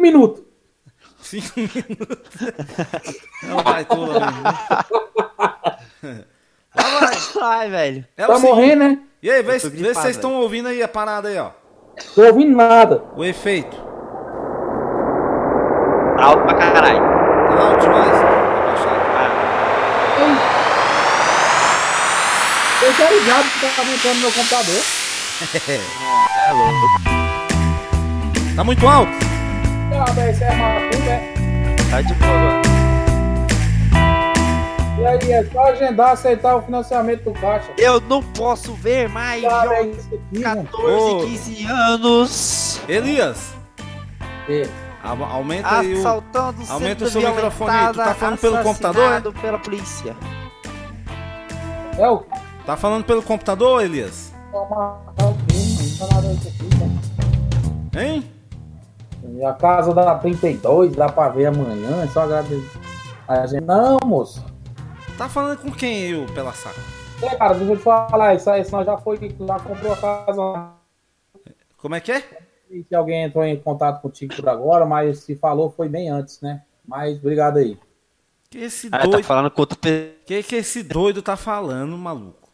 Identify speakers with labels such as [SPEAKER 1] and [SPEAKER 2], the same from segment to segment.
[SPEAKER 1] Um minuto.
[SPEAKER 2] Cinco minutos. Não vai, tu, Lá vai.
[SPEAKER 3] Ai, velho.
[SPEAKER 2] É
[SPEAKER 1] tá
[SPEAKER 2] o seguinte.
[SPEAKER 1] morrendo, né?
[SPEAKER 2] E aí, vê,
[SPEAKER 3] Eu
[SPEAKER 2] se vê se
[SPEAKER 3] tô gripado,
[SPEAKER 2] vocês estão ouvindo aí a parada aí, ó.
[SPEAKER 1] Tô ouvindo nada.
[SPEAKER 2] O efeito.
[SPEAKER 3] Tá alto pra caralho.
[SPEAKER 2] Tá alto demais. Tá baixado.
[SPEAKER 1] Então, Eu tô ligado que tá brincando no meu computador.
[SPEAKER 3] É louco.
[SPEAKER 2] Tá muito alto?
[SPEAKER 1] Ah, velho, isso é macumba, é.
[SPEAKER 3] Tá de boa.
[SPEAKER 1] E aí, é só agendar, aceitar o financiamento do caixa.
[SPEAKER 3] Eu não posso ver mais
[SPEAKER 1] Ah,
[SPEAKER 3] jogos
[SPEAKER 1] velho, isso aqui,
[SPEAKER 3] de
[SPEAKER 1] mano.
[SPEAKER 3] 14,
[SPEAKER 2] Ô.
[SPEAKER 3] 15 anos.
[SPEAKER 2] Elias,
[SPEAKER 1] É.
[SPEAKER 2] au- aumenta aí o...
[SPEAKER 3] Assaltando o
[SPEAKER 2] Aumenta o seu microfone aí. Tu tá falando pelo computador,
[SPEAKER 3] pela polícia.
[SPEAKER 1] É o que?
[SPEAKER 2] Tá falando pelo computador, Elias?
[SPEAKER 1] Tomar tá o crime, não tá nada disso aqui, né?
[SPEAKER 2] Hein?
[SPEAKER 1] E A casa da 32, dá pra ver amanhã, é só agradecer. A gente... Não, moço.
[SPEAKER 2] Tá falando com quem eu, pela saca?
[SPEAKER 1] É, cara, não vou te falar isso aí, senão já foi, já comprou a casa lá.
[SPEAKER 2] Como é que é?
[SPEAKER 1] E Se alguém entrou em contato contigo por agora, mas se falou foi bem antes, né? Mas obrigado aí.
[SPEAKER 2] Que esse
[SPEAKER 3] Ah, tá
[SPEAKER 2] doido...
[SPEAKER 3] falando com outro pe-
[SPEAKER 2] Que que esse doido tá falando, maluco?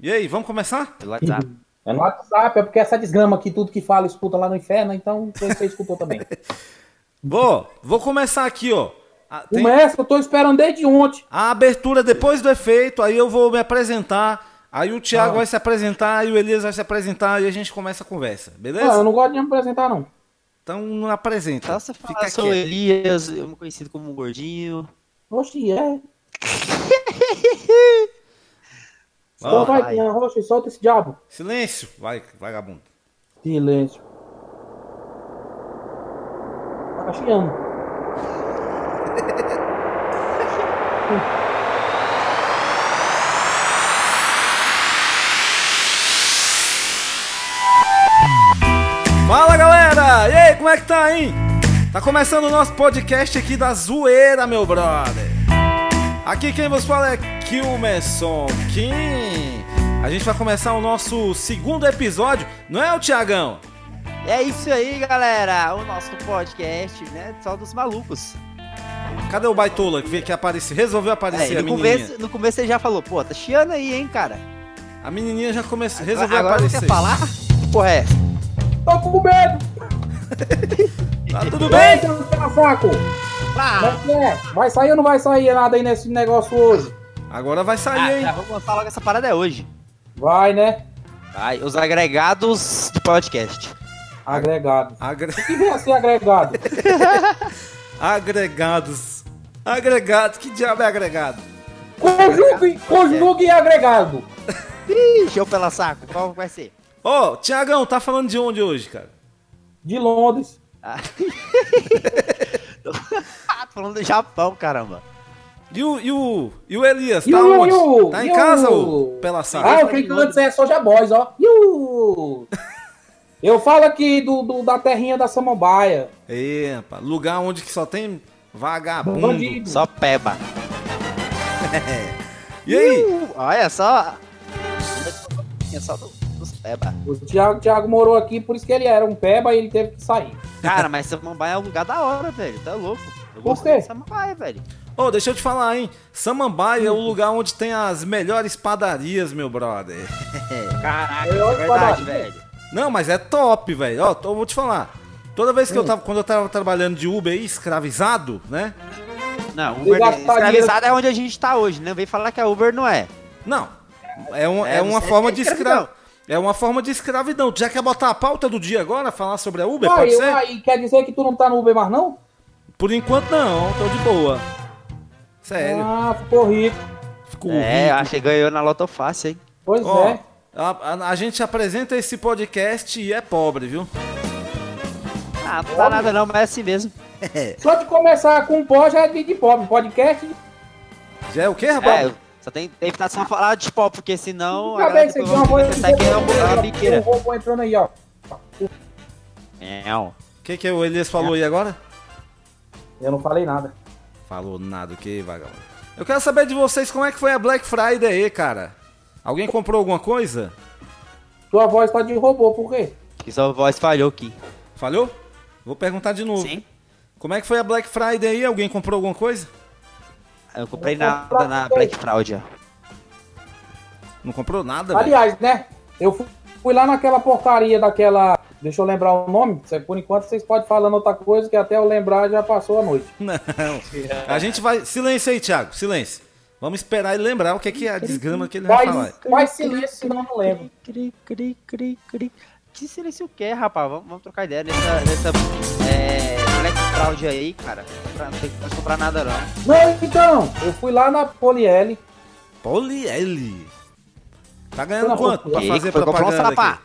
[SPEAKER 2] E aí, vamos começar?
[SPEAKER 3] pelo WhatsApp.
[SPEAKER 1] É no WhatsApp, é porque essa desgrama aqui, tudo que fala escuta lá no inferno, então você escutou também.
[SPEAKER 2] Bom, vou começar aqui, ó. Ah, tem-
[SPEAKER 1] Começa, eu tô esperando desde ontem.
[SPEAKER 2] A abertura depois do efeito, aí eu vou me apresentar, aí o Thiago
[SPEAKER 1] Ah.
[SPEAKER 2] vai se apresentar, aí o Elias vai se apresentar, e a gente começa a conversa, beleza?
[SPEAKER 1] Ah, eu não gosto de me apresentar, não.
[SPEAKER 2] Então não apresenta.
[SPEAKER 3] Então você fala,
[SPEAKER 2] Fica
[SPEAKER 3] sou
[SPEAKER 2] quieto.
[SPEAKER 3] Elias, eu me conhecido como um gordinho.
[SPEAKER 1] Oxi, é.
[SPEAKER 2] Ó,
[SPEAKER 1] Então vai,
[SPEAKER 3] vai.
[SPEAKER 1] Pinha, Oxi, solta esse diabo.
[SPEAKER 2] Silêncio, vai, vagabundo.
[SPEAKER 1] Silêncio. Tá chiando.
[SPEAKER 2] Fala galera! E aí, como é que tá, hein? Tá começando o nosso podcast aqui da zoeira, meu brother. Aqui quem vos fala é Kilmerson Kim. A gente vai começar o nosso segundo episódio, não é, o Tiagão?
[SPEAKER 3] É isso aí, galera. O nosso podcast, né? Só dos malucos.
[SPEAKER 2] Cadê o Baitola que veio que aparecer? Resolveu
[SPEAKER 3] É,
[SPEAKER 2] aparecer
[SPEAKER 3] e
[SPEAKER 2] a
[SPEAKER 3] no,
[SPEAKER 2] menininha.
[SPEAKER 3] começo, no começo ele já falou, pô, tá chiando aí, hein, cara.
[SPEAKER 2] A menininha já começou, resolveu
[SPEAKER 3] Agora
[SPEAKER 2] aparecer.
[SPEAKER 3] quer falar? Que Porra, é essa?
[SPEAKER 1] Tô com medo.
[SPEAKER 2] Tá tudo
[SPEAKER 1] Vem,
[SPEAKER 2] bem?
[SPEAKER 1] seu saco.
[SPEAKER 3] Ah,
[SPEAKER 1] Mas, é, vai sair ou não vai sair nada aí nesse negócio hoje?
[SPEAKER 2] Agora vai
[SPEAKER 3] ah,
[SPEAKER 2] sair,
[SPEAKER 3] já
[SPEAKER 2] hein?
[SPEAKER 3] vamos lançar logo essa parada é hoje.
[SPEAKER 1] Vai, né?
[SPEAKER 3] Vai, os agregados do podcast.
[SPEAKER 1] Agregado.
[SPEAKER 2] Agre-
[SPEAKER 1] O que vem a ser agregado?
[SPEAKER 2] Agregados. Agregado. Que diabo é agregado?
[SPEAKER 1] Conjugue,
[SPEAKER 2] É.
[SPEAKER 1] conjugue e agregado.
[SPEAKER 3] Ixi, eu pela saco, qual vai ser?
[SPEAKER 2] Ô, Tiagão, tá falando de onde hoje, cara?
[SPEAKER 1] De Londres.
[SPEAKER 3] Ah. Tô falando do Japão, caramba.
[SPEAKER 2] E o, e o, e o Elias, tá
[SPEAKER 1] E o-
[SPEAKER 2] onde?
[SPEAKER 1] e o-
[SPEAKER 2] tá
[SPEAKER 1] e
[SPEAKER 2] em
[SPEAKER 1] o-
[SPEAKER 2] casa, ô? Pela
[SPEAKER 1] Ah,
[SPEAKER 2] saga.
[SPEAKER 1] eu fico antes é Soja Boys, ó. Iu! Eu falo aqui do, do- da terrinha da Samambaia.
[SPEAKER 2] Epa, lugar onde que só tem vagabundo.
[SPEAKER 1] Bandido.
[SPEAKER 3] Só peba.
[SPEAKER 2] E aí?
[SPEAKER 3] Uh, olha só. É só do- dos peba.
[SPEAKER 1] O Thiago, Thiago morou aqui, por isso que ele era um peba e ele teve que sair.
[SPEAKER 3] Cara, mas Samambaia é um lugar da hora, velho. Tá louco. Eu
[SPEAKER 1] Por
[SPEAKER 3] gostei
[SPEAKER 1] quê?
[SPEAKER 3] de Samambaia, velho.
[SPEAKER 2] Ô, deixa eu te falar, hein? Samambaia é o lugar onde tem as melhores padarias, meu brother.
[SPEAKER 3] Caraca,
[SPEAKER 1] Eu
[SPEAKER 3] é
[SPEAKER 1] acho
[SPEAKER 3] verdade,
[SPEAKER 1] barato.
[SPEAKER 3] velho.
[SPEAKER 2] Não, mas é top, velho. Ó, eu vou te falar. Toda vez que eu tava, quando eu tava trabalhando de Uber aí, escravizado, né?
[SPEAKER 3] Não,
[SPEAKER 1] Eu
[SPEAKER 3] Uber não.
[SPEAKER 1] gastaria-
[SPEAKER 3] escravizado é onde a gente tá hoje, né? Vem falar que a Uber não é.
[SPEAKER 2] Não. É, um- é
[SPEAKER 3] É,
[SPEAKER 2] uma
[SPEAKER 3] isso é
[SPEAKER 2] forma de escravidão.
[SPEAKER 3] escravidão.
[SPEAKER 2] É uma forma de escravidão. Tu já quer botar a pauta do dia agora, falar sobre a Uber?
[SPEAKER 1] Uai,
[SPEAKER 2] Pode ser?
[SPEAKER 1] uai, quer dizer que tu não tá no Uber mais, não?
[SPEAKER 2] Por enquanto não, tô de boa. Sério.
[SPEAKER 1] Ah, ficou rico.
[SPEAKER 2] Ficou
[SPEAKER 3] é,
[SPEAKER 2] rico.
[SPEAKER 3] acho que ganhou na Lotofácil, hein?
[SPEAKER 1] Pois
[SPEAKER 2] Ó,
[SPEAKER 1] é.
[SPEAKER 2] a, a- a gente apresenta esse podcast e é pobre, viu?
[SPEAKER 3] Ah, não dá nada não, mas é assim mesmo.
[SPEAKER 2] é.
[SPEAKER 1] Só de começar com um pó já é de, de pobre. Podcast,
[SPEAKER 2] Já é o quê, rapaz?
[SPEAKER 3] É, só tem, tem que só falar de pó, porque senão a
[SPEAKER 1] ainda bem
[SPEAKER 3] galera
[SPEAKER 1] que você
[SPEAKER 3] depois
[SPEAKER 1] tinha uma
[SPEAKER 3] vai
[SPEAKER 1] voz.
[SPEAKER 3] pensar que é uma, é uma
[SPEAKER 1] Um
[SPEAKER 3] biqueira.
[SPEAKER 1] robô entrando aí, ó.
[SPEAKER 3] Não.
[SPEAKER 2] O que, que o Elias falou aí agora?
[SPEAKER 1] Eu não falei nada.
[SPEAKER 2] Falou nada, o que, vagabundo? Eu quero saber de vocês como é que foi a Black Friday aí, cara. Alguém comprou alguma coisa?
[SPEAKER 1] Tua voz tá de robô, por quê?
[SPEAKER 3] Que sua voz falhou aqui.
[SPEAKER 2] Falhou? Vou perguntar de novo.
[SPEAKER 3] Sim.
[SPEAKER 2] Como é que foi a Black Friday aí? Alguém comprou alguma coisa?
[SPEAKER 3] Eu comprei na, na Black Fraud, ó.
[SPEAKER 2] Não comprou nada, velho?
[SPEAKER 1] Aliás, né? Eu fu- fui lá naquela porcaria daquela. Deixa eu lembrar o nome. cê- Por enquanto vocês podem falar outra coisa que até eu lembrar já passou a noite.
[SPEAKER 2] Não. A gente vai. Silêncio aí, Thiago. Silêncio. Vamos esperar ele lembrar o que é, que é a desgrama que ele vai falar.
[SPEAKER 1] Faz, faz silêncio, senão eu não lembro.
[SPEAKER 3] Cri, cri, cri, cri, cri. Que silêncio quer, rapaz? Vamos, vamos trocar ideia nessa, nessa é, Black Fraud aí, cara. Pra- não tem que comprar nada, não.
[SPEAKER 1] Não, então, eu fui lá na Poliele.
[SPEAKER 2] Poliele. Tá ganhando
[SPEAKER 1] Não,
[SPEAKER 2] quanto pra
[SPEAKER 3] E
[SPEAKER 2] fazer
[SPEAKER 3] aí, foi comprar um
[SPEAKER 2] propaganda
[SPEAKER 3] sapá.
[SPEAKER 2] aqui?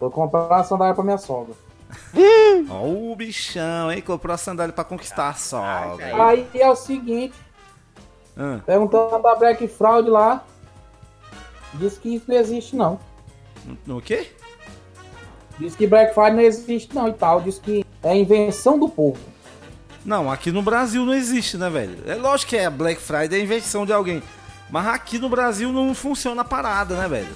[SPEAKER 1] Vou comprar uma sandália pra minha sogra.
[SPEAKER 2] Ó o bichão, hein? Comprou a sandália pra conquistar a sogra.
[SPEAKER 1] Aí é o seguinte,
[SPEAKER 2] Ah,
[SPEAKER 1] perguntando da Black Fraud lá. Diz que isso não existe, não.
[SPEAKER 2] o quê?
[SPEAKER 1] Diz que Black Friday não existe, não e tal. Diz que é invenção do povo.
[SPEAKER 2] Não, aqui no Brasil não existe, né, velho? É lógico que é Black Friday, é invenção de alguém. Mas aqui no Brasil não funciona a parada, né, velho?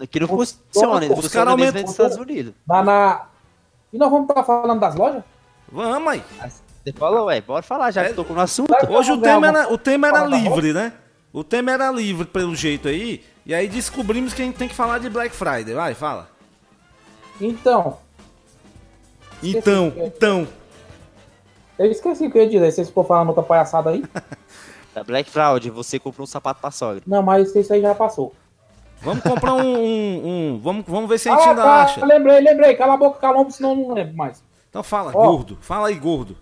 [SPEAKER 3] Aqui não funciona,
[SPEAKER 1] Os
[SPEAKER 3] os
[SPEAKER 2] cara
[SPEAKER 3] funciona mesmo
[SPEAKER 2] aumentou-
[SPEAKER 3] nos Estados Unidos.
[SPEAKER 1] Na, na... E nós vamos estar falando das lojas?
[SPEAKER 2] Vamos aí.
[SPEAKER 3] Você falou, ué, bora falar, já que tô com o assunto.
[SPEAKER 2] Hoje o
[SPEAKER 1] Vamos ver
[SPEAKER 2] tema,
[SPEAKER 1] alguma-
[SPEAKER 2] era, o tema era
[SPEAKER 1] Tá Fala da
[SPEAKER 2] livre, né? O tema era livre, pelo jeito aí. E aí descobrimos que a gente tem que falar de Black Friday. Vai, fala.
[SPEAKER 1] Então,
[SPEAKER 2] Então,
[SPEAKER 1] Esqueci.
[SPEAKER 2] então.
[SPEAKER 1] eu esqueci o que eu ia dizer. Vocês for falando outra palhaçada aí? É.
[SPEAKER 3] Da Black Fraud, você comprou um sapato pra sogra.
[SPEAKER 1] Não, mas isso aí já passou.
[SPEAKER 2] Vamos comprar um. um- um- vamos, vamos ver se a gente
[SPEAKER 1] Ah,
[SPEAKER 2] ainda
[SPEAKER 1] tá,
[SPEAKER 2] acha.
[SPEAKER 1] lembrei, lembrei. Cala a boca, calombo, senão eu não lembro mais.
[SPEAKER 2] Então fala,
[SPEAKER 1] Ó.
[SPEAKER 2] gordo. Fala aí, gordo.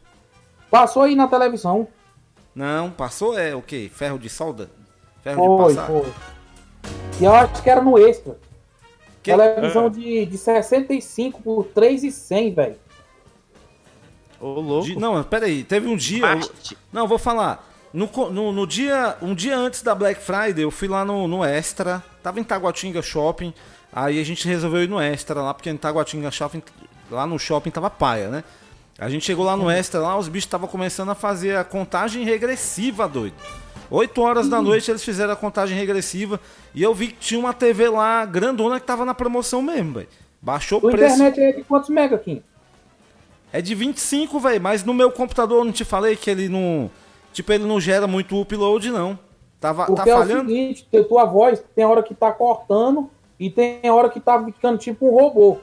[SPEAKER 1] Passou aí na televisão.
[SPEAKER 2] Não, passou é o quê? Ferro de solda? Ferro
[SPEAKER 1] Foi,
[SPEAKER 2] de passar?
[SPEAKER 1] foi. E eu acho que era no extra.
[SPEAKER 2] Que- Ah.
[SPEAKER 1] Televisão de, de 65 por 3,100, velho.
[SPEAKER 3] Ô,
[SPEAKER 1] é
[SPEAKER 3] louco.
[SPEAKER 2] Di- não, peraí. Teve um dia. eu-
[SPEAKER 3] Marte.
[SPEAKER 2] Não, vou falar. No, co- no, no dia, um dia antes da Black Friday, eu fui lá no, no Extra, tava em Taguatinga Shopping, aí a gente resolveu ir no Extra lá, porque em Taguatinga Shopping, lá no shopping tava paia, né? A gente chegou lá no Extra, lá os bichos estavam começando a fazer a contagem regressiva, doido. 8 horas da noite eles fizeram a contagem regressiva e eu vi que tinha uma TV lá grandona que tava na promoção mesmo, velho. Baixou o
[SPEAKER 1] Tua
[SPEAKER 2] preço. Tá
[SPEAKER 1] internet é de quantos mega, Kim?
[SPEAKER 2] É de 25, velho, mas no meu computador eu não te falei que ele não. Tipo, ele não gera muito upload, não. Tava, tá
[SPEAKER 1] Porque é o
[SPEAKER 2] falhando?
[SPEAKER 1] seguinte, te- tua voz tem hora que tá cortando e tem hora que tá ficando tipo um robô.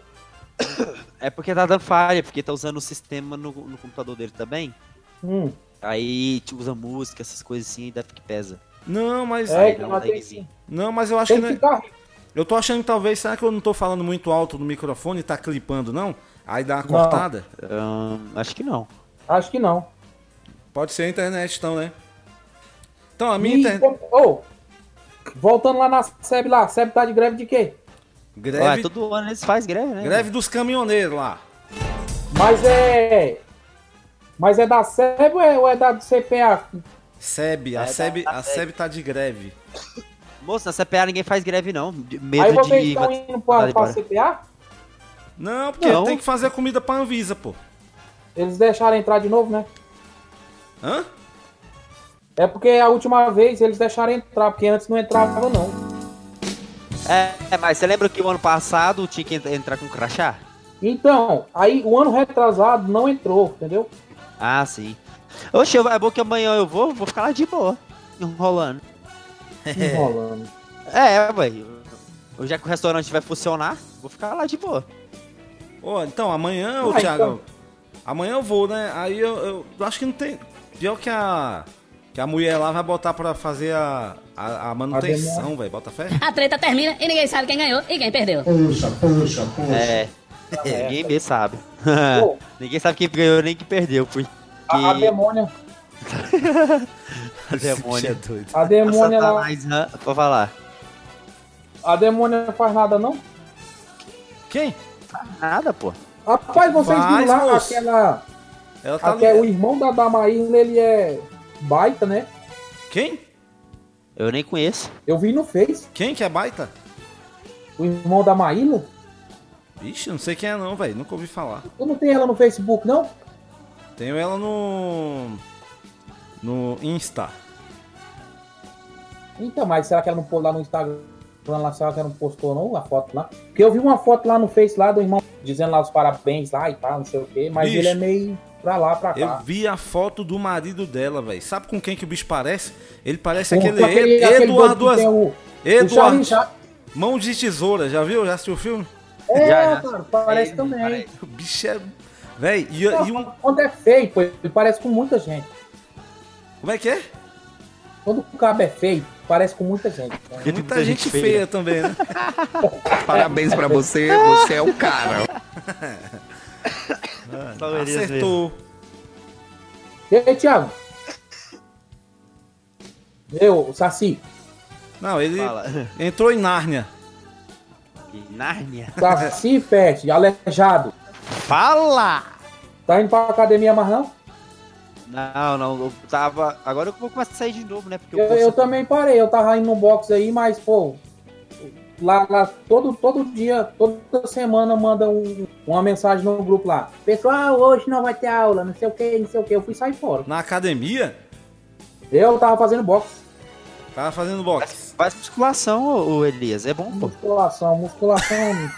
[SPEAKER 3] É porque tá dando falha, porque tá usando o sistema no, no computador dele também.
[SPEAKER 1] Hum.
[SPEAKER 3] Aí te usa música, essas coisas assim, deve que pesa.
[SPEAKER 2] Não, mas.
[SPEAKER 1] É,
[SPEAKER 3] dá
[SPEAKER 1] que
[SPEAKER 3] um
[SPEAKER 1] nós tem
[SPEAKER 3] lagzinho.
[SPEAKER 1] que,
[SPEAKER 2] Não, mas eu acho
[SPEAKER 1] tem
[SPEAKER 2] que.
[SPEAKER 1] que
[SPEAKER 2] Né,
[SPEAKER 1] ficar rico.
[SPEAKER 2] eu tô achando que talvez. Será que eu não tô falando muito alto no microfone e tá clipando, não? Aí dá uma cortada?
[SPEAKER 3] Ahn, acho que não.
[SPEAKER 1] Acho que não.
[SPEAKER 2] Pode ser a internet, então, né? Então, a minha
[SPEAKER 1] E
[SPEAKER 2] internet.
[SPEAKER 1] como- ô, voltando lá na SEB lá, a SEB tá de greve de quê?
[SPEAKER 2] Greve,
[SPEAKER 3] Ué, todo ano eles fazem greve, né?
[SPEAKER 2] greve dos caminhoneiros lá.
[SPEAKER 1] Mas é. Mas é da SEB ou é, ou é da CPA?
[SPEAKER 2] SEB, a
[SPEAKER 3] É,
[SPEAKER 2] SEB,
[SPEAKER 3] tá- tá
[SPEAKER 2] a SEB tá de greve.
[SPEAKER 3] Moço, na CPA ninguém faz greve, não. De- Medo
[SPEAKER 1] Aí vocês
[SPEAKER 3] de.
[SPEAKER 1] estão indo pra, pra
[SPEAKER 3] embora.
[SPEAKER 1] CPA?
[SPEAKER 2] Não, porque
[SPEAKER 3] Não.
[SPEAKER 2] tem que fazer a comida pra Anvisa, pô.
[SPEAKER 1] Eles deixaram entrar de novo, né?
[SPEAKER 2] Hã?
[SPEAKER 1] É porque a última vez eles deixaram entrar, porque antes não entrava, não.
[SPEAKER 3] É, é, mas você lembra que o ano passado tinha que en- entrar com crachá?
[SPEAKER 1] Então, aí o ano retrasado não entrou, entendeu?
[SPEAKER 3] Ah, sim. Oxe, eu- é bom que amanhã eu vou, vou ficar lá de boa, enrolando.
[SPEAKER 1] Enrolando.
[SPEAKER 3] É, velho. eu- Já que o restaurante vai funcionar, vou ficar lá de boa.
[SPEAKER 2] Ô, então, amanhã, ô,
[SPEAKER 1] Ah,
[SPEAKER 2] Thiago.
[SPEAKER 1] então.
[SPEAKER 2] Amanhã eu vou, né? Aí eu, eu- eu acho que não tem. Pior que a. Que a mulher lá vai botar pra fazer a, a, a manutenção, velho. Bota fé.
[SPEAKER 4] A treta termina e ninguém sabe quem ganhou e quem perdeu.
[SPEAKER 5] Puxa, puxa, puxa.
[SPEAKER 3] É. Ninguém mesmo sabe. Ah,
[SPEAKER 1] Pô,
[SPEAKER 3] Ninguém sabe quem ganhou nem quem perdeu. Porque
[SPEAKER 1] a, a demônia,
[SPEAKER 3] a demônia
[SPEAKER 2] Esse bicho é doido.
[SPEAKER 1] a
[SPEAKER 3] a
[SPEAKER 1] demônia lá,
[SPEAKER 3] Satanás, né? Pra falar.
[SPEAKER 1] a demônia não faz nada, não?
[SPEAKER 2] Quem?
[SPEAKER 3] Nada, pô.
[SPEAKER 1] Rapaz, vocês
[SPEAKER 2] Faz,
[SPEAKER 1] viram lá
[SPEAKER 2] moço.
[SPEAKER 1] aquela.
[SPEAKER 2] Ela tá
[SPEAKER 1] aquela o
[SPEAKER 2] ali.
[SPEAKER 1] irmão da Damaísla, ele é baita, né?
[SPEAKER 2] É, Quem?
[SPEAKER 3] Eu nem conheço.
[SPEAKER 1] Eu vi no Face,
[SPEAKER 2] Quem que é baita?
[SPEAKER 1] o irmão da Maíla.
[SPEAKER 2] Ixi, não sei quem é não, velho. Nunca ouvi falar.
[SPEAKER 1] Tu não tem ela no Facebook, não?
[SPEAKER 2] Tenho ela no. No Insta.
[SPEAKER 1] Então, mas será que ela não pôs lá no Instagram, Fulano lá, sei lá, que não postou não, a foto lá. Porque eu vi uma foto lá no Face lá do irmão dizendo lá os parabéns lá e tal, não sei o quê, mas
[SPEAKER 2] Bicho.
[SPEAKER 1] ele é meio pra lá, pra
[SPEAKER 2] Eu
[SPEAKER 1] cá.
[SPEAKER 2] vi a foto do marido dela, velho. Sabe com quem que o bicho parece? Ele parece
[SPEAKER 1] Com-
[SPEAKER 2] aquele,
[SPEAKER 1] com
[SPEAKER 2] Ed-
[SPEAKER 1] doido
[SPEAKER 2] é Eduardo,
[SPEAKER 1] que tem
[SPEAKER 2] Az-
[SPEAKER 1] o, o
[SPEAKER 2] Eduardo
[SPEAKER 1] Charlie Chaplin.
[SPEAKER 2] Mão de Tesoura, já viu? Já assistiu o filme?
[SPEAKER 1] É,
[SPEAKER 3] Já, já.
[SPEAKER 1] cara, parece
[SPEAKER 3] Ele
[SPEAKER 1] também.
[SPEAKER 3] parece.
[SPEAKER 2] O bicho é. Véi, e,
[SPEAKER 1] Não,
[SPEAKER 2] e um.
[SPEAKER 1] Quando é feio, pô, ele parece com muita gente.
[SPEAKER 2] Como é que é?
[SPEAKER 1] Quando o cabo é feio, parece com muita gente. né?
[SPEAKER 2] Muita, gente, feia. também, né?
[SPEAKER 5] Parabéns pra você, você é o cara.
[SPEAKER 3] Só ele mesmo.
[SPEAKER 2] Acertou.
[SPEAKER 1] E aí, Thiago? Eu, o Saci,
[SPEAKER 2] Não, ele
[SPEAKER 3] Fala.
[SPEAKER 2] entrou em Nárnia.
[SPEAKER 3] Nárnia.
[SPEAKER 1] Saci Peste, aleijado.
[SPEAKER 3] Fala!
[SPEAKER 1] Tá indo pra academia mais não?
[SPEAKER 3] Não, não, eu tava. Agora eu vou começar a sair de novo, né? Porque
[SPEAKER 1] Eu, eu também parei, eu tava indo no box aí, mas, pô, lá, lá todo, todo dia, toda semana manda um- uma mensagem no grupo lá. Pessoal, "Ah, hoje não vai ter aula, não sei o que, não sei o que. Eu fui sair fora.
[SPEAKER 2] Na academia,
[SPEAKER 1] Eu tava fazendo box.
[SPEAKER 2] tava fazendo boxe.
[SPEAKER 3] Faz musculação, ô, ô Elias. É bom, pô.
[SPEAKER 1] Musculação, musculação.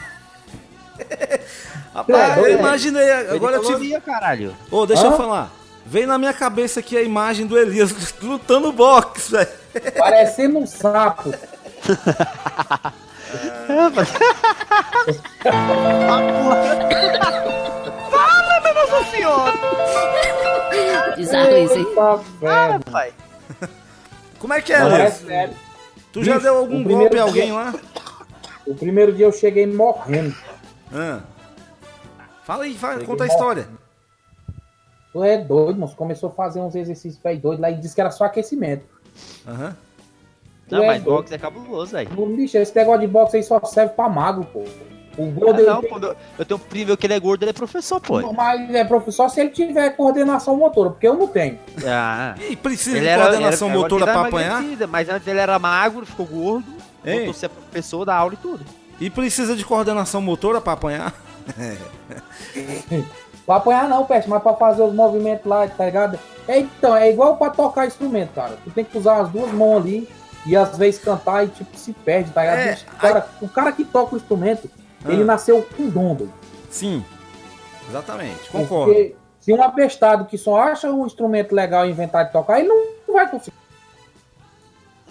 [SPEAKER 2] Rapaz,
[SPEAKER 1] É,
[SPEAKER 2] eu
[SPEAKER 1] é.
[SPEAKER 2] imaginei. Agora eu
[SPEAKER 3] te
[SPEAKER 2] tive.
[SPEAKER 3] via, caralho.
[SPEAKER 2] Ô, deixa eu
[SPEAKER 1] Hã?
[SPEAKER 2] falar. Vem na minha cabeça aqui a imagem do Elias lutando boxe, velho.
[SPEAKER 1] parecendo um sapo.
[SPEAKER 3] Nossa senhora!
[SPEAKER 4] Bizarro isso, hein?
[SPEAKER 1] Tá, velho.
[SPEAKER 3] Pai.
[SPEAKER 2] Como é que é,
[SPEAKER 1] Não, é
[SPEAKER 2] Elias?
[SPEAKER 1] sério.
[SPEAKER 2] Tu já
[SPEAKER 1] Bicho,
[SPEAKER 2] deu algum
[SPEAKER 1] o primeiro é.
[SPEAKER 2] golpe a alguém
[SPEAKER 1] dia-
[SPEAKER 2] lá?
[SPEAKER 1] O primeiro dia eu cheguei morrendo.
[SPEAKER 2] Hã? Fala aí, fala,
[SPEAKER 1] Cheguei
[SPEAKER 2] conta a
[SPEAKER 1] mal.
[SPEAKER 2] história.
[SPEAKER 1] Tu é doido, moço. Começou a fazer uns exercícios pé doido lá e disse que era só aquecimento.
[SPEAKER 2] Aham.
[SPEAKER 3] Não,
[SPEAKER 1] é
[SPEAKER 3] mas
[SPEAKER 1] doido.
[SPEAKER 3] boxe é cabuloso, velho.
[SPEAKER 1] Pô, Bicho, esse negócio de boxe aí só serve pra mago, pô. O
[SPEAKER 2] Ah,
[SPEAKER 1] gordo
[SPEAKER 3] Ah, não,
[SPEAKER 1] ele
[SPEAKER 3] pô, meu- eu tenho um primo meu que ele é gordo, ele é professor, pô.
[SPEAKER 1] tem, mas é prof- só se ele tiver coordenação motora, porque eu não tenho.
[SPEAKER 3] Ah.
[SPEAKER 2] E precisa de coordenação
[SPEAKER 3] agora
[SPEAKER 2] motora
[SPEAKER 3] ele dá
[SPEAKER 2] pra
[SPEAKER 3] uma
[SPEAKER 2] apanhar?
[SPEAKER 3] emagrecida, Mas antes ele era magro, ficou gordo,
[SPEAKER 2] Ei.
[SPEAKER 3] voltou a ser professor da aula e tudo.
[SPEAKER 2] E precisa de coordenação motora pra apanhar?
[SPEAKER 1] Pra apanhar não, peste, mas pra fazer os movimentos lá, tá ligado? É, então, é igual pra tocar instrumento, cara. Tu tem que usar as duas mãos ali e às vezes cantar e tipo se perde, tá ligado?
[SPEAKER 2] É,
[SPEAKER 1] Bicho, cara, O cara que toca o instrumento, ele
[SPEAKER 2] Ah.
[SPEAKER 1] nasceu com dom, doido.
[SPEAKER 2] Sim. Exatamente, concordo.
[SPEAKER 1] Porque se um apestado que só acha um instrumento legal inventar de tocar, ele não não vai conseguir.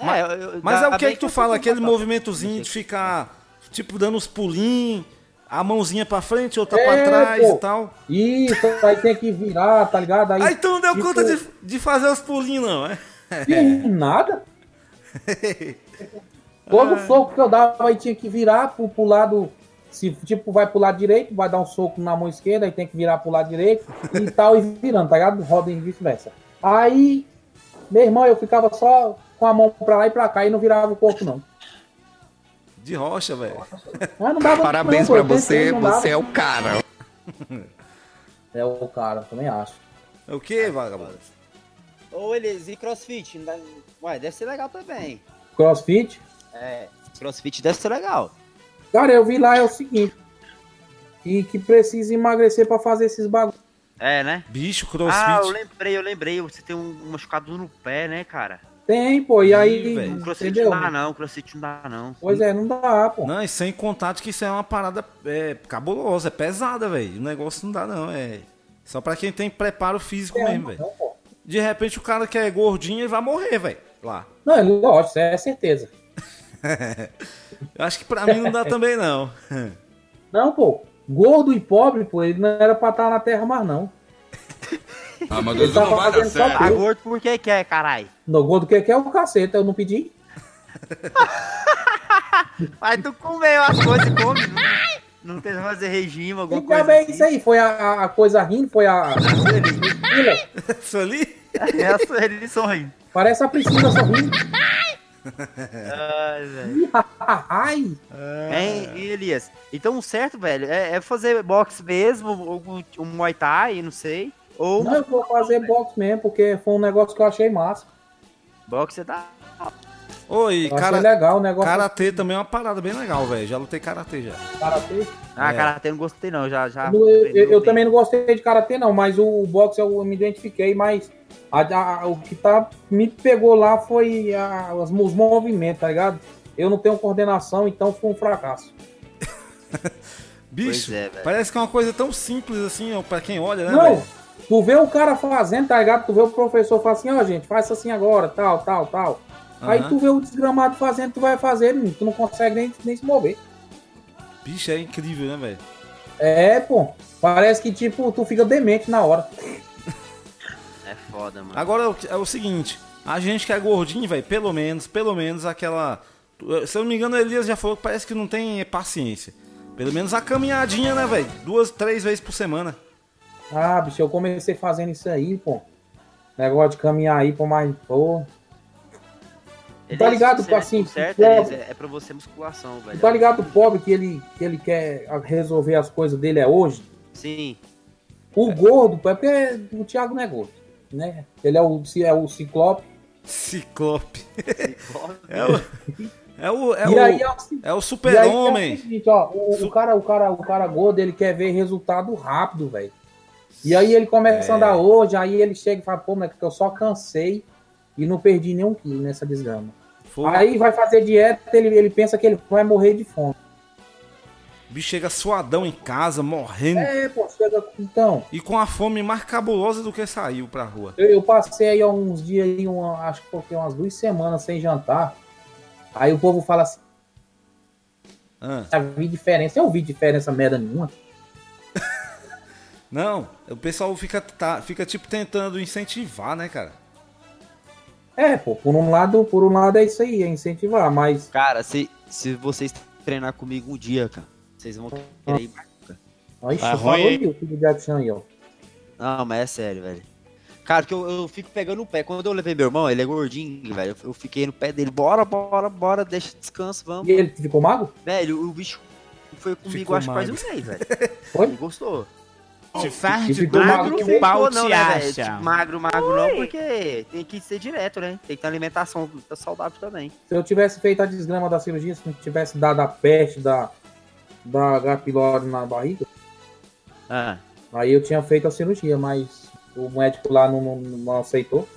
[SPEAKER 3] É, eu- eu-
[SPEAKER 2] Mas
[SPEAKER 3] dá-
[SPEAKER 2] é o que
[SPEAKER 3] bem
[SPEAKER 2] é que tu
[SPEAKER 3] eu
[SPEAKER 2] fala,
[SPEAKER 3] sei
[SPEAKER 2] aquele
[SPEAKER 3] contar.
[SPEAKER 2] movimentozinho de ficar, tipo, dando uns pulinhos, a mãozinha pra frente, outra
[SPEAKER 1] É,
[SPEAKER 2] pra trás
[SPEAKER 1] pô.
[SPEAKER 2] e tal.
[SPEAKER 1] Isso, aí tem que virar, tá ligado? Aí,
[SPEAKER 2] Aí tu não deu
[SPEAKER 1] tipo,
[SPEAKER 2] conta de, de fazer os pulinhos, não, é?
[SPEAKER 1] fiz nada. Todo soco que eu dava aí tinha que virar pro, pro lado. Se tipo, vai pro lado direito, vai dar um soco na mão esquerda, aí tem que virar pro lado direito e tal, e virando, tá ligado? Roda e vice-versa. Aí, meu irmão, eu ficava só com a mão pra lá e pra cá e não virava o corpo, não.
[SPEAKER 2] De rocha, velho.
[SPEAKER 1] Mas não dava
[SPEAKER 5] Parabéns
[SPEAKER 1] não,
[SPEAKER 5] pra
[SPEAKER 1] pô, eu tentei,
[SPEAKER 5] você,
[SPEAKER 1] não dava.
[SPEAKER 5] você é o cara.
[SPEAKER 1] É o cara, eu também acho.
[SPEAKER 2] É o que, vagabundo?
[SPEAKER 3] Ô, Elias, e crossfit? Não dá- Ué, deve ser legal também.
[SPEAKER 1] Crossfit.
[SPEAKER 3] É, crossfit deve ser legal.
[SPEAKER 1] Cara, eu vi lá é o seguinte. E que precisa emagrecer pra fazer esses bagulho.
[SPEAKER 3] É, né?
[SPEAKER 2] Bicho,
[SPEAKER 3] Ah, eu
[SPEAKER 2] crossfit.
[SPEAKER 3] lembrei, eu lembrei. Você tem um um machucado no pé, né, cara?
[SPEAKER 1] Tem, pô. E
[SPEAKER 2] Ih,
[SPEAKER 1] aí,
[SPEAKER 2] velho.
[SPEAKER 3] O crossfit
[SPEAKER 1] entendeu?
[SPEAKER 3] não dá, não. O crossfit não dá, não.
[SPEAKER 1] Pois é, não dá, pô.
[SPEAKER 2] não, e sem contato que isso é uma parada é, cabulosa, é pesada, velho. O negócio não dá, não, é... Só pra quem tem preparo físico
[SPEAKER 1] É,
[SPEAKER 2] mesmo, velho.
[SPEAKER 1] não, pô.
[SPEAKER 2] De repente o cara que é gordinho, ele vai morrer, velho. Lá.
[SPEAKER 1] Não, é lógico, isso é certeza.
[SPEAKER 2] Eu acho que pra mim não dá também, não.
[SPEAKER 1] Não, pô. Gordo e pobre, pô, ele não era pra estar na terra mais, não.
[SPEAKER 5] Ah, mas
[SPEAKER 1] Ele tava fazendo só
[SPEAKER 3] Tá
[SPEAKER 1] gordo.
[SPEAKER 3] gordo por que que é, caralho?
[SPEAKER 1] No gordo que quer é o cacete, eu não pedi.
[SPEAKER 3] Mas tu comeu as coisas e come. Não, não tem que fazer regime, alguma
[SPEAKER 1] Que
[SPEAKER 2] Então,
[SPEAKER 3] coisa
[SPEAKER 1] diabo é
[SPEAKER 3] assim.
[SPEAKER 1] isso aí? Foi a, a- a coisa rindo, foi a. a Priscila?
[SPEAKER 2] Isso ali?
[SPEAKER 3] Essa É, eles sorrem.
[SPEAKER 1] Parece a Priscila sorrindo.
[SPEAKER 2] É.
[SPEAKER 3] Ai, velho.
[SPEAKER 1] Ih, Ai,
[SPEAKER 3] Hein, e Elias? Então o certo, velho, é, é fazer boxe mesmo, ou um, um Muay Thai, não sei. Ou
[SPEAKER 1] não, eu vou fazer box mesmo, porque foi um negócio que eu achei massa.
[SPEAKER 3] boxe é da...
[SPEAKER 2] Oi,
[SPEAKER 1] Eu
[SPEAKER 2] cara.
[SPEAKER 1] achei legal o negócio.
[SPEAKER 2] Karatê também é uma parada bem legal, velho. Já lutei karatê já.
[SPEAKER 1] Karatê.
[SPEAKER 3] Ah,
[SPEAKER 2] É.
[SPEAKER 3] cara, eu não gostei não, já...
[SPEAKER 2] ah,
[SPEAKER 3] já
[SPEAKER 1] Eu, eu- eu
[SPEAKER 3] aprendeu bem.
[SPEAKER 1] também não gostei de karatê, não, mas o boxe eu me identifiquei, mas a- a- o que tá, me pegou lá foi a- os, os movimentos, tá ligado? Eu não tenho coordenação, então foi um fracasso.
[SPEAKER 2] Bicho,
[SPEAKER 3] Pois é, velho.
[SPEAKER 2] parece que é uma coisa tão simples assim, ó, pra quem olha, né?
[SPEAKER 1] Não,
[SPEAKER 2] velho?
[SPEAKER 1] tu vê o cara fazendo, tá ligado? Tu vê o professor falar assim, ó, gente, faz assim agora, tal, tal, tal. Aí
[SPEAKER 2] Aham.
[SPEAKER 1] tu vê o desgramado fazendo, tu vai fazer, menino, tu não consegue nem, nem se mover.
[SPEAKER 2] Bicho, é incrível, né, velho?
[SPEAKER 1] É, pô. Parece que, tipo, tu fica demente na hora.
[SPEAKER 3] É foda, mano.
[SPEAKER 1] Tá
[SPEAKER 2] Agora é o que- é o seguinte, a gente que é gordinho, velho, pelo menos, pelo menos aquela. Se eu não me engano, o Elias já falou que parece que não tem paciência. Pelo menos a caminhadinha, né, velho? Duas, três vezes por semana.
[SPEAKER 1] Ah, bicho, eu comecei fazendo isso aí, pô. Negócio de caminhar aí, pô, mas, pô. tá ligado,
[SPEAKER 3] você-
[SPEAKER 1] assim,
[SPEAKER 3] o Certo,
[SPEAKER 1] é-
[SPEAKER 3] Elias, é, é pra você musculação, velho.
[SPEAKER 1] Tu tá ligado o pobre que ele, que ele quer resolver as coisas dele é hoje?
[SPEAKER 3] Sim.
[SPEAKER 1] O gordo, pô, é porque o Thiago não é gordo, né? Ele é o, ci- é o ciclope.
[SPEAKER 2] Ciclope.
[SPEAKER 3] Óbvio.
[SPEAKER 2] É o. É o. É
[SPEAKER 1] e aí
[SPEAKER 2] o,
[SPEAKER 1] é o seguinte, e aí
[SPEAKER 2] é o
[SPEAKER 1] É o,
[SPEAKER 2] super-homem.
[SPEAKER 1] seguinte, ó, o, o cara, o, cara, o cara gordo, ele quer ver resultado rápido, velho. E aí ele começa
[SPEAKER 2] É.
[SPEAKER 1] a andar hoje, aí ele chega e fala, pô, moleque, eu só cansei e não perdi nenhum quilo nessa desgrama.
[SPEAKER 2] Fogo.
[SPEAKER 1] Aí vai fazer dieta, ele, ele pensa que ele vai morrer de fome.
[SPEAKER 2] O bicho chega suadão em casa, morrendo.
[SPEAKER 1] É, pô, chega. Então,
[SPEAKER 2] E com a fome mais cabulosa do que saiu pra rua.
[SPEAKER 1] eu, eu passei aí alguns dias aí, uma- acho que porque umas duas semanas sem jantar. Aí o povo fala assim,
[SPEAKER 2] Ah,
[SPEAKER 1] ah, vi diferença. Eu vi diferença merda nenhuma.
[SPEAKER 2] não, o pessoal fica, tá- fica tipo tentando incentivar, né, cara?
[SPEAKER 1] É, pô, por um lado, por um lado é isso aí, é incentivar, mas
[SPEAKER 3] Cara, se, se vocês treinar comigo um dia, cara, vocês vão querer ir mais nunca.
[SPEAKER 1] Ixi,
[SPEAKER 6] Tá
[SPEAKER 1] falou
[SPEAKER 6] ruim, hein?
[SPEAKER 1] aí o filho de action aí, ó.
[SPEAKER 3] Não, mas é sério, velho. Cara, porque eu, eu fico pegando o pé. Quando eu levei meu irmão, ele é gordinho, velho. Eu, eu fiquei no pé dele. Bora, bora, bora, deixa descanso, vamos.
[SPEAKER 1] E ele ficou mago?
[SPEAKER 3] Velho, o bicho foi comigo,
[SPEAKER 2] Ficou
[SPEAKER 3] acho que quase um
[SPEAKER 2] magro.
[SPEAKER 3] mês, velho.
[SPEAKER 1] Foi?
[SPEAKER 3] Ele gostou.
[SPEAKER 6] Te faz Tá de
[SPEAKER 1] Ficou
[SPEAKER 6] magro
[SPEAKER 1] magro
[SPEAKER 6] que
[SPEAKER 1] que
[SPEAKER 6] o pau
[SPEAKER 3] Ficou
[SPEAKER 6] te
[SPEAKER 3] velho?
[SPEAKER 6] acha.
[SPEAKER 3] Tipo, magro, magro não, porque tem que ser direto, né? Tem que ter alimentação saudável também.
[SPEAKER 1] Se eu tivesse feito a desgrama da cirurgia, se não tivesse dado a peste da, da H. pylori na barriga,
[SPEAKER 3] Ah,
[SPEAKER 1] aí eu tinha feito a cirurgia, mas o médico lá não, não, não aceitou.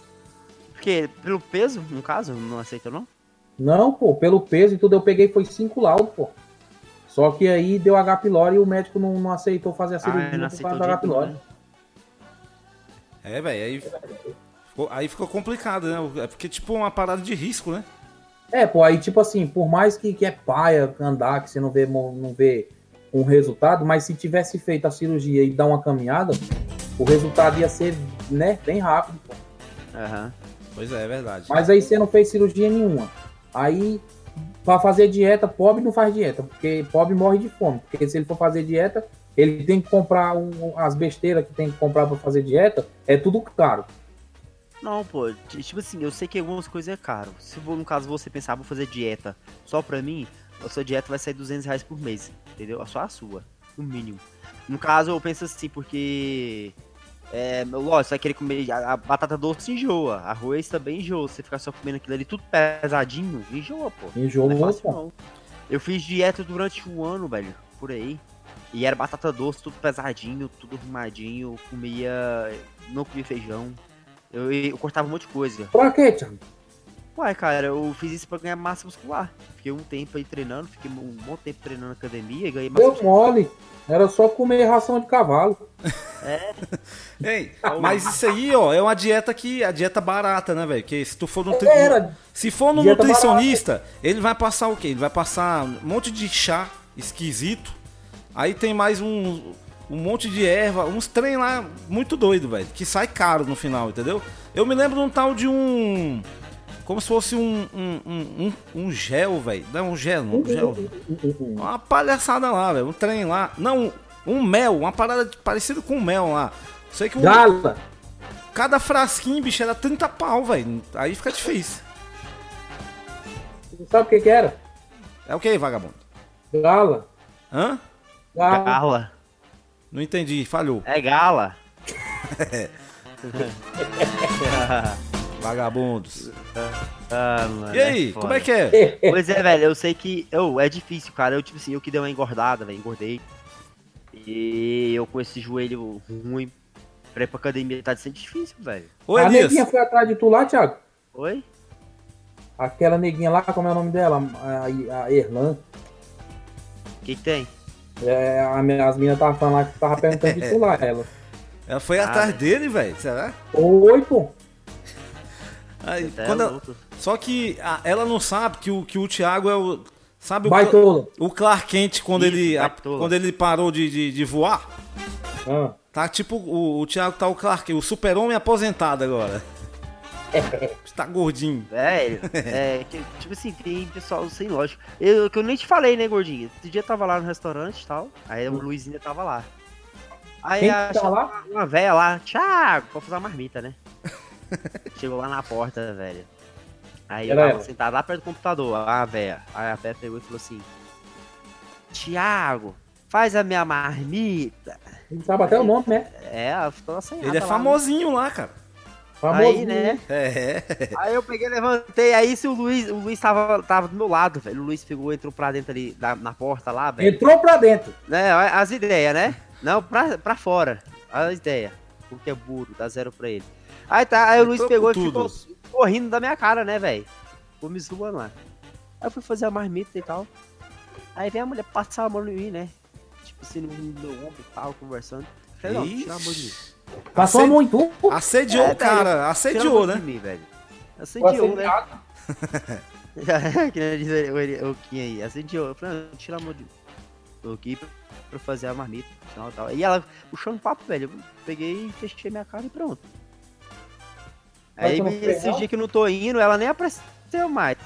[SPEAKER 3] porque pelo peso, no caso, não aceita não?
[SPEAKER 1] Não, pô, pelo peso e tudo, eu peguei foi cinco laudos, pô. Só que aí deu H. pylori e o médico não, não aceitou fazer a cirurgia
[SPEAKER 3] não
[SPEAKER 1] por
[SPEAKER 3] Ah, aceitou
[SPEAKER 1] causa da
[SPEAKER 3] de né?
[SPEAKER 1] H. pylori.
[SPEAKER 3] jeito
[SPEAKER 2] É, velho, aí, ficou- aí ficou complicado, né? É porque, tipo, é uma parada de risco, né?
[SPEAKER 1] É, pô, aí tipo assim, por mais que, que é paia andar, que você não vê, mo- não vê um resultado, mas se tivesse feito a cirurgia e dar uma caminhada, o resultado ia ser, né, bem rápido. pô.
[SPEAKER 3] Aham.
[SPEAKER 2] Pois é, é verdade.
[SPEAKER 1] Mas aí você não fez cirurgia nenhuma. Aí, pra fazer dieta, pobre não faz dieta, porque pobre morre de fome. Porque se ele for fazer dieta, ele tem que comprar um- as besteiras que tem que comprar pra fazer dieta, é tudo caro.
[SPEAKER 3] Não, pô, t- tipo assim, eu sei que algumas coisas é caro. Se vo- no caso você pensar, vou fazer dieta só pra mim, a sua dieta vai sair 200 reais por mês, entendeu? É Só a sua, no mínimo. No caso, eu penso assim, porque. É, meu, lógico, você vai querer comer. A, a batata doce enjoa, arroz também enjoa. Você ficar só comendo aquilo ali tudo pesadinho, enjoa, pô.
[SPEAKER 1] Enjoo,
[SPEAKER 3] Não é fácil,
[SPEAKER 1] pô.
[SPEAKER 3] não. Eu fiz dieta durante um ano, velho, por aí. E era batata doce, tudo pesadinho, tudo arrumadinho. Eu comia. Não comia feijão. Eu, eu cortava um monte de coisa.
[SPEAKER 1] Pra quê, Thiago?
[SPEAKER 3] Uai, cara, eu fiz isso pra ganhar massa muscular. Fiquei um tempo aí treinando, fiquei um bom tempo treinando na academia e ganhei massa
[SPEAKER 1] Deu
[SPEAKER 3] muscular.
[SPEAKER 1] mole. Era só comer ração de cavalo.
[SPEAKER 2] Ei, mas isso aí, ó, é uma dieta que. A dieta barata, né, velho? Porque se tu for no. tri-
[SPEAKER 1] É, Era,
[SPEAKER 2] Se for no
[SPEAKER 1] Dieta
[SPEAKER 2] nutricionista, ele vai passar o quê? Ele vai passar um monte de chá esquisito. Aí tem mais um, um monte de erva, uns trem lá muito doido, velho. Que sai caro no final, entendeu? Eu me lembro de um tal de um. Como se fosse um. Um, um, um- um gel, velho. Não, um gel, não. Um gel. Uma palhaçada lá, velho. Um trem lá. Não, um mel. Uma parada parecida com um mel lá. Sei que o-
[SPEAKER 1] Gala.
[SPEAKER 2] cada frasquinho, bicho, era 30 pau, velho. Aí fica difícil.
[SPEAKER 1] Sabe o que que era?
[SPEAKER 2] É o que, vagabundo?
[SPEAKER 1] Gala.
[SPEAKER 2] Hã?
[SPEAKER 1] Gala.
[SPEAKER 3] Gala.
[SPEAKER 2] Não entendi, falhou.
[SPEAKER 3] É gala.
[SPEAKER 2] Vagabundos.
[SPEAKER 3] Ah, mano,
[SPEAKER 2] E aí,
[SPEAKER 3] foda.
[SPEAKER 2] como é que é?
[SPEAKER 3] Pois é, velho, eu sei que. Eu, é difícil, cara. Eu, tipo assim, eu que dei uma engordada, velho, engordei. E eu com esse joelho ruim pra ir pra academia tá sendo difícil, velho.
[SPEAKER 2] Ô
[SPEAKER 1] a
[SPEAKER 2] Elias,
[SPEAKER 1] neguinha foi atrás de tu lá, Thiago?
[SPEAKER 3] Oi?
[SPEAKER 1] Aquela neguinha lá, como é o nome dela? A, a Erlan.
[SPEAKER 3] O que, que tem?
[SPEAKER 1] É, a minha- as meninas estavam falando lá que tava perguntando de pular ela.
[SPEAKER 2] Ela é, foi atrás dele, velho. Será?
[SPEAKER 1] Oi, pô.
[SPEAKER 2] Aí,
[SPEAKER 3] Até
[SPEAKER 2] quando
[SPEAKER 3] é
[SPEAKER 2] ela-
[SPEAKER 3] louco.
[SPEAKER 2] Só que a- ela não sabe que o, que o Thiago é o. Sabe o, Cla-
[SPEAKER 1] Baitola.
[SPEAKER 2] o Clark Kent quando,
[SPEAKER 3] Isso,
[SPEAKER 2] ele, a-
[SPEAKER 3] baitola.
[SPEAKER 2] quando ele parou de, de, de voar?
[SPEAKER 1] Ah.
[SPEAKER 2] Tá tipo, o, o Thiago tá o Clark, o super-homem aposentado agora. tá gordinho.
[SPEAKER 3] Velho, é, que- tipo assim, tem pessoal sem lógica. Eu, que eu nem te falei, né, gordinho? Outro dia eu tava lá no restaurante e tal, aí o Luizinho tava lá. Aí
[SPEAKER 1] Hum. Quem
[SPEAKER 3] a-
[SPEAKER 1] que tá lá?
[SPEAKER 3] uma velha lá, Thiago, pra fazer uma marmita, né? Chegou lá na porta, velho. Aí eu
[SPEAKER 1] Era
[SPEAKER 3] tava
[SPEAKER 1] ela.
[SPEAKER 3] sentado lá perto do computador, a véia. Aí a véia pegou e falou assim: Thiago, faz a minha marmita.
[SPEAKER 1] Não sabe até o nome, né?
[SPEAKER 3] É, ela ficou assanhada
[SPEAKER 2] Ele é
[SPEAKER 3] lá, né?
[SPEAKER 2] famosinho lá, cara.
[SPEAKER 1] Famoso.
[SPEAKER 3] Aí, né?
[SPEAKER 2] É, é.
[SPEAKER 3] Aí eu peguei, levantei. Aí se o Luiz, o Luiz tava, tava do meu lado, velho. O Luiz pegou, entrou pra dentro ali da- na porta lá, velho.
[SPEAKER 1] Entrou pra dentro.
[SPEAKER 3] Né, olha as ideias, né? Não, pra, pra fora. As ideias. Porque é burro, dá zero pra ele. Aí tá, aí o Luiz
[SPEAKER 2] Entrou
[SPEAKER 3] pegou e
[SPEAKER 2] com
[SPEAKER 3] ficou correndo da minha cara, né, velho? Ficou me zoando lá. Aí eu fui fazer a marmita e tal. Aí vem a mulher passar a mão em mim, né? Tipo assim, no meu ombro e tal, conversando. Falei, não, tira a mão de mim.
[SPEAKER 2] Ixi.
[SPEAKER 1] Passou a
[SPEAKER 2] Acen-
[SPEAKER 1] mão em tu. pô.
[SPEAKER 2] Assediou
[SPEAKER 3] É,
[SPEAKER 2] o cara,
[SPEAKER 3] Tira a mão
[SPEAKER 2] assediou,
[SPEAKER 3] de
[SPEAKER 2] né?
[SPEAKER 3] mim, velho. Assediou, né?
[SPEAKER 1] Assediado.
[SPEAKER 3] que nem diz ele- ele- o Kim aí. Acendeu. Eu falei, não, tira a mão de. Tô aqui pra- pra fazer a marmita. Tal, tal. E ela puxando papo, velho. Eu peguei e fechei minha cara e pronto.
[SPEAKER 1] Mas
[SPEAKER 3] Aí
[SPEAKER 1] tu não foi,
[SPEAKER 3] esse
[SPEAKER 1] não?
[SPEAKER 3] dia que eu não tô indo, ela nem apareceu mais.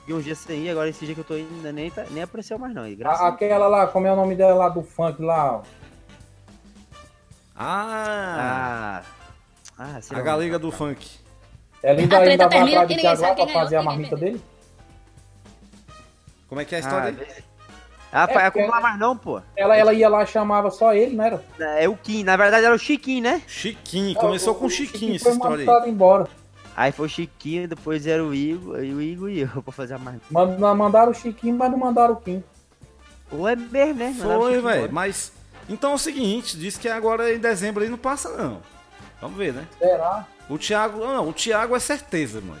[SPEAKER 3] Fiquei uns dias sem ir, agora esse dia que eu tô indo, nem, tá- nem apareceu mais não. E graças
[SPEAKER 1] A-
[SPEAKER 3] a
[SPEAKER 1] Aquela lá, como é o nome dela lá do funk lá? ó.
[SPEAKER 2] Ah,
[SPEAKER 3] Ah. Ah, sei
[SPEAKER 2] a
[SPEAKER 3] lá.
[SPEAKER 2] galega do funk.
[SPEAKER 1] Ela ainda,
[SPEAKER 4] A treta
[SPEAKER 1] ainda vai É
[SPEAKER 4] termina
[SPEAKER 1] atrás
[SPEAKER 4] que
[SPEAKER 1] do
[SPEAKER 4] ninguém
[SPEAKER 1] Thiago lá
[SPEAKER 4] sabe
[SPEAKER 1] pra
[SPEAKER 4] quem ganhou,
[SPEAKER 1] fazer a
[SPEAKER 4] quem
[SPEAKER 1] marmita
[SPEAKER 4] perdeu.
[SPEAKER 1] dele?
[SPEAKER 2] Como é que é a
[SPEAKER 3] Ah,
[SPEAKER 2] história dele?
[SPEAKER 3] velho. Ah,
[SPEAKER 1] É,
[SPEAKER 3] vai
[SPEAKER 1] porque-
[SPEAKER 3] acumular mais não, pô.
[SPEAKER 1] Ela, ela ia lá chamava só ele, não era?
[SPEAKER 3] É o Kim. Na verdade era o Chiquinho, né?
[SPEAKER 1] é,
[SPEAKER 2] Chiquinho, começou com Chiquinho essa
[SPEAKER 1] foi
[SPEAKER 2] história aí.
[SPEAKER 1] mandado embora.
[SPEAKER 3] Aí foi o Chiquinho, depois era o Igor, aí o Igor e eu pra fazer a marmita.
[SPEAKER 1] Mand- Mandaram o Chiquinho, mas não mandaram o Kim.
[SPEAKER 3] Ou é mesmo, né?
[SPEAKER 2] Foi,
[SPEAKER 3] Mandaram o Chiquinho
[SPEAKER 2] velho.
[SPEAKER 3] embora.
[SPEAKER 2] Mas. Então é o seguinte, diz que agora em dezembro aí não passa, não. Vamos ver, né?
[SPEAKER 1] Será?
[SPEAKER 2] O Thiago. Não, o Thiago é certeza, mano.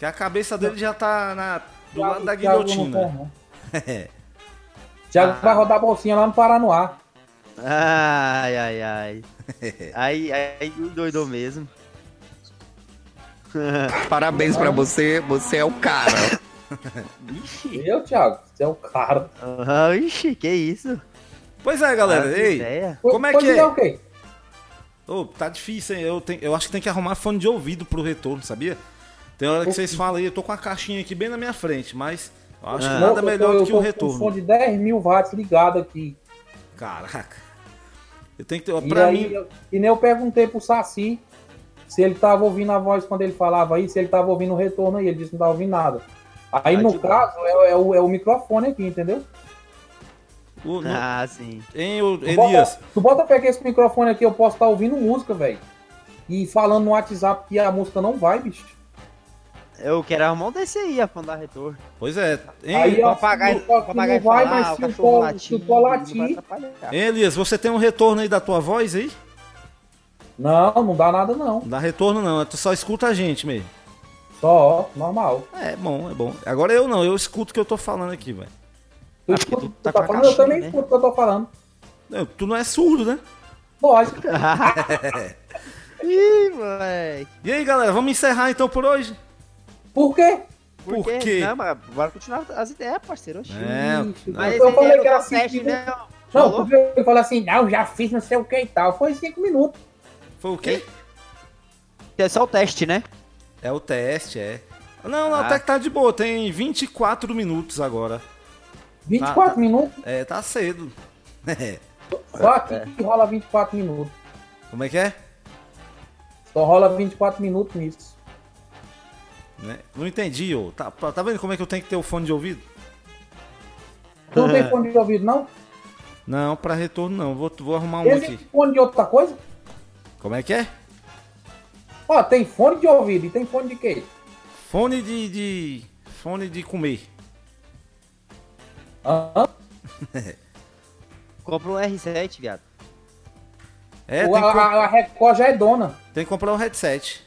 [SPEAKER 2] Que a cabeça dele já tá na, do lado da
[SPEAKER 1] Thiago não
[SPEAKER 2] guilhotina. né? Ah.
[SPEAKER 1] quer, não. tá. Thiago vai rodar a bolsinha lá no Paranoá.
[SPEAKER 3] Ai, ai, ai. aí, aí doidou mesmo.
[SPEAKER 5] Parabéns pra você, você é o cara.
[SPEAKER 3] Ixi.
[SPEAKER 1] Eu, Thiago, você é o cara.
[SPEAKER 3] Ah, ixi, que isso? Tá
[SPEAKER 2] Pois é, galera.
[SPEAKER 3] As
[SPEAKER 2] ei.
[SPEAKER 3] ideias.
[SPEAKER 2] Como é
[SPEAKER 1] Pois
[SPEAKER 2] que é?
[SPEAKER 1] o quê?
[SPEAKER 2] Ô, tá difícil, hein? Eu, tenho- eu acho que tem que arrumar fone de ouvido pro retorno, sabia? Tem hora que vocês falam aí, eu tô com a caixinha aqui bem na minha frente, mas eu acho que
[SPEAKER 3] Ah.
[SPEAKER 2] nada
[SPEAKER 1] Eu- eu
[SPEAKER 2] melhor
[SPEAKER 1] tô-
[SPEAKER 2] do que o
[SPEAKER 1] Eu tô com um som
[SPEAKER 2] retorno.
[SPEAKER 1] de 10 mil watts ligado aqui.
[SPEAKER 2] Caraca. Eu tenho que ter.
[SPEAKER 1] E,
[SPEAKER 2] Pra
[SPEAKER 1] aí,
[SPEAKER 2] mim.
[SPEAKER 1] eu- e nem eu perguntei pro Saci se ele tava ouvindo a voz quando ele falava aí, se ele tava ouvindo o retorno aí. Ele disse que não tava ouvindo nada. Aí,
[SPEAKER 3] Ah,
[SPEAKER 1] no
[SPEAKER 3] de boa.
[SPEAKER 1] caso, é, é o, é o microfone aqui, entendeu?
[SPEAKER 2] O,
[SPEAKER 1] né?
[SPEAKER 2] no,
[SPEAKER 3] Ah, sim.
[SPEAKER 2] hein, o
[SPEAKER 1] Tu bota-
[SPEAKER 2] Elias?
[SPEAKER 1] Tu bota pegar esse microfone aqui, eu posso estar ouvindo música, velho. E falando no WhatsApp que a música não vai, bicho.
[SPEAKER 3] Eu quero arrumar um desse aí, afundar retorno.
[SPEAKER 2] Pois é. Hein,
[SPEAKER 1] Aí, ó,
[SPEAKER 3] Papagaio-
[SPEAKER 1] se não- se
[SPEAKER 3] papagaio
[SPEAKER 1] não vai,
[SPEAKER 3] falar,
[SPEAKER 1] mas
[SPEAKER 3] o
[SPEAKER 1] se o
[SPEAKER 3] cachorro
[SPEAKER 1] pó-
[SPEAKER 3] latir,
[SPEAKER 1] se o pó
[SPEAKER 3] não vai
[SPEAKER 1] latir-
[SPEAKER 3] atrapalhar.
[SPEAKER 2] hein, Elias, você tem um retorno aí da tua voz aí?
[SPEAKER 1] Não, não dá nada não.
[SPEAKER 2] Não dá retorno não, tu só escuta a gente mesmo.
[SPEAKER 1] Só, ó, normal.
[SPEAKER 2] É bom, é bom. Agora eu não, eu escuto o que eu tô falando aqui, velho.
[SPEAKER 1] Tu
[SPEAKER 3] Ah,
[SPEAKER 1] escuta
[SPEAKER 3] porque
[SPEAKER 1] o
[SPEAKER 3] tu
[SPEAKER 1] que tu tá
[SPEAKER 3] tá com a
[SPEAKER 1] falando, eu
[SPEAKER 3] caixinha,
[SPEAKER 1] também
[SPEAKER 3] né?
[SPEAKER 1] escuto o que eu tô falando.
[SPEAKER 2] Não, Tu não é surdo, né?
[SPEAKER 1] Lógico.
[SPEAKER 3] Ih, moleque.
[SPEAKER 2] E aí, galera, vamos encerrar então por hoje?
[SPEAKER 1] Por quê?
[SPEAKER 3] Por,
[SPEAKER 2] Por
[SPEAKER 3] quê?
[SPEAKER 2] quê?
[SPEAKER 3] Não, mas bora continuar as ideias, parceiro. oxi.
[SPEAKER 2] É,
[SPEAKER 1] Ixi,
[SPEAKER 2] não.
[SPEAKER 1] eu
[SPEAKER 3] aí
[SPEAKER 1] falei
[SPEAKER 3] não
[SPEAKER 1] que era
[SPEAKER 3] tá certo,
[SPEAKER 1] cinco
[SPEAKER 3] né?
[SPEAKER 1] Não,
[SPEAKER 3] Falou?
[SPEAKER 1] porque ele falou assim, não, já fiz não sei o que e tal. Foi cinco minutos.
[SPEAKER 2] Foi o quê?
[SPEAKER 3] É só o teste, né?
[SPEAKER 2] É o teste, é. Não, não,
[SPEAKER 3] Ah.
[SPEAKER 2] até que tá de boa, tem 24 minutos agora.
[SPEAKER 1] 24
[SPEAKER 2] Ah,
[SPEAKER 1] minutos?
[SPEAKER 2] É, tá cedo. É,
[SPEAKER 1] Só aqui que rola 24 minutos.
[SPEAKER 2] Como é que é?
[SPEAKER 1] Só rola 24 minutos nisso.
[SPEAKER 2] Né? Não entendi, ô. Tá, tá vendo como é que eu tenho que ter o fone de ouvido?
[SPEAKER 1] Tu não tem fone de ouvido, não?
[SPEAKER 2] Não, pra retorno não, vou, vou arrumar um
[SPEAKER 1] Esse
[SPEAKER 2] aqui.
[SPEAKER 1] fone de outra coisa?
[SPEAKER 2] Como é que é?
[SPEAKER 1] Ó, tem fone de ouvido e tem fone de quê?
[SPEAKER 2] Fone de. de- Fone de comer.
[SPEAKER 1] Hã?
[SPEAKER 3] Compra um R7, viado.
[SPEAKER 2] É,
[SPEAKER 1] O-
[SPEAKER 2] tem que,
[SPEAKER 1] a, a Record já é dona.
[SPEAKER 2] tem que comprar um headset.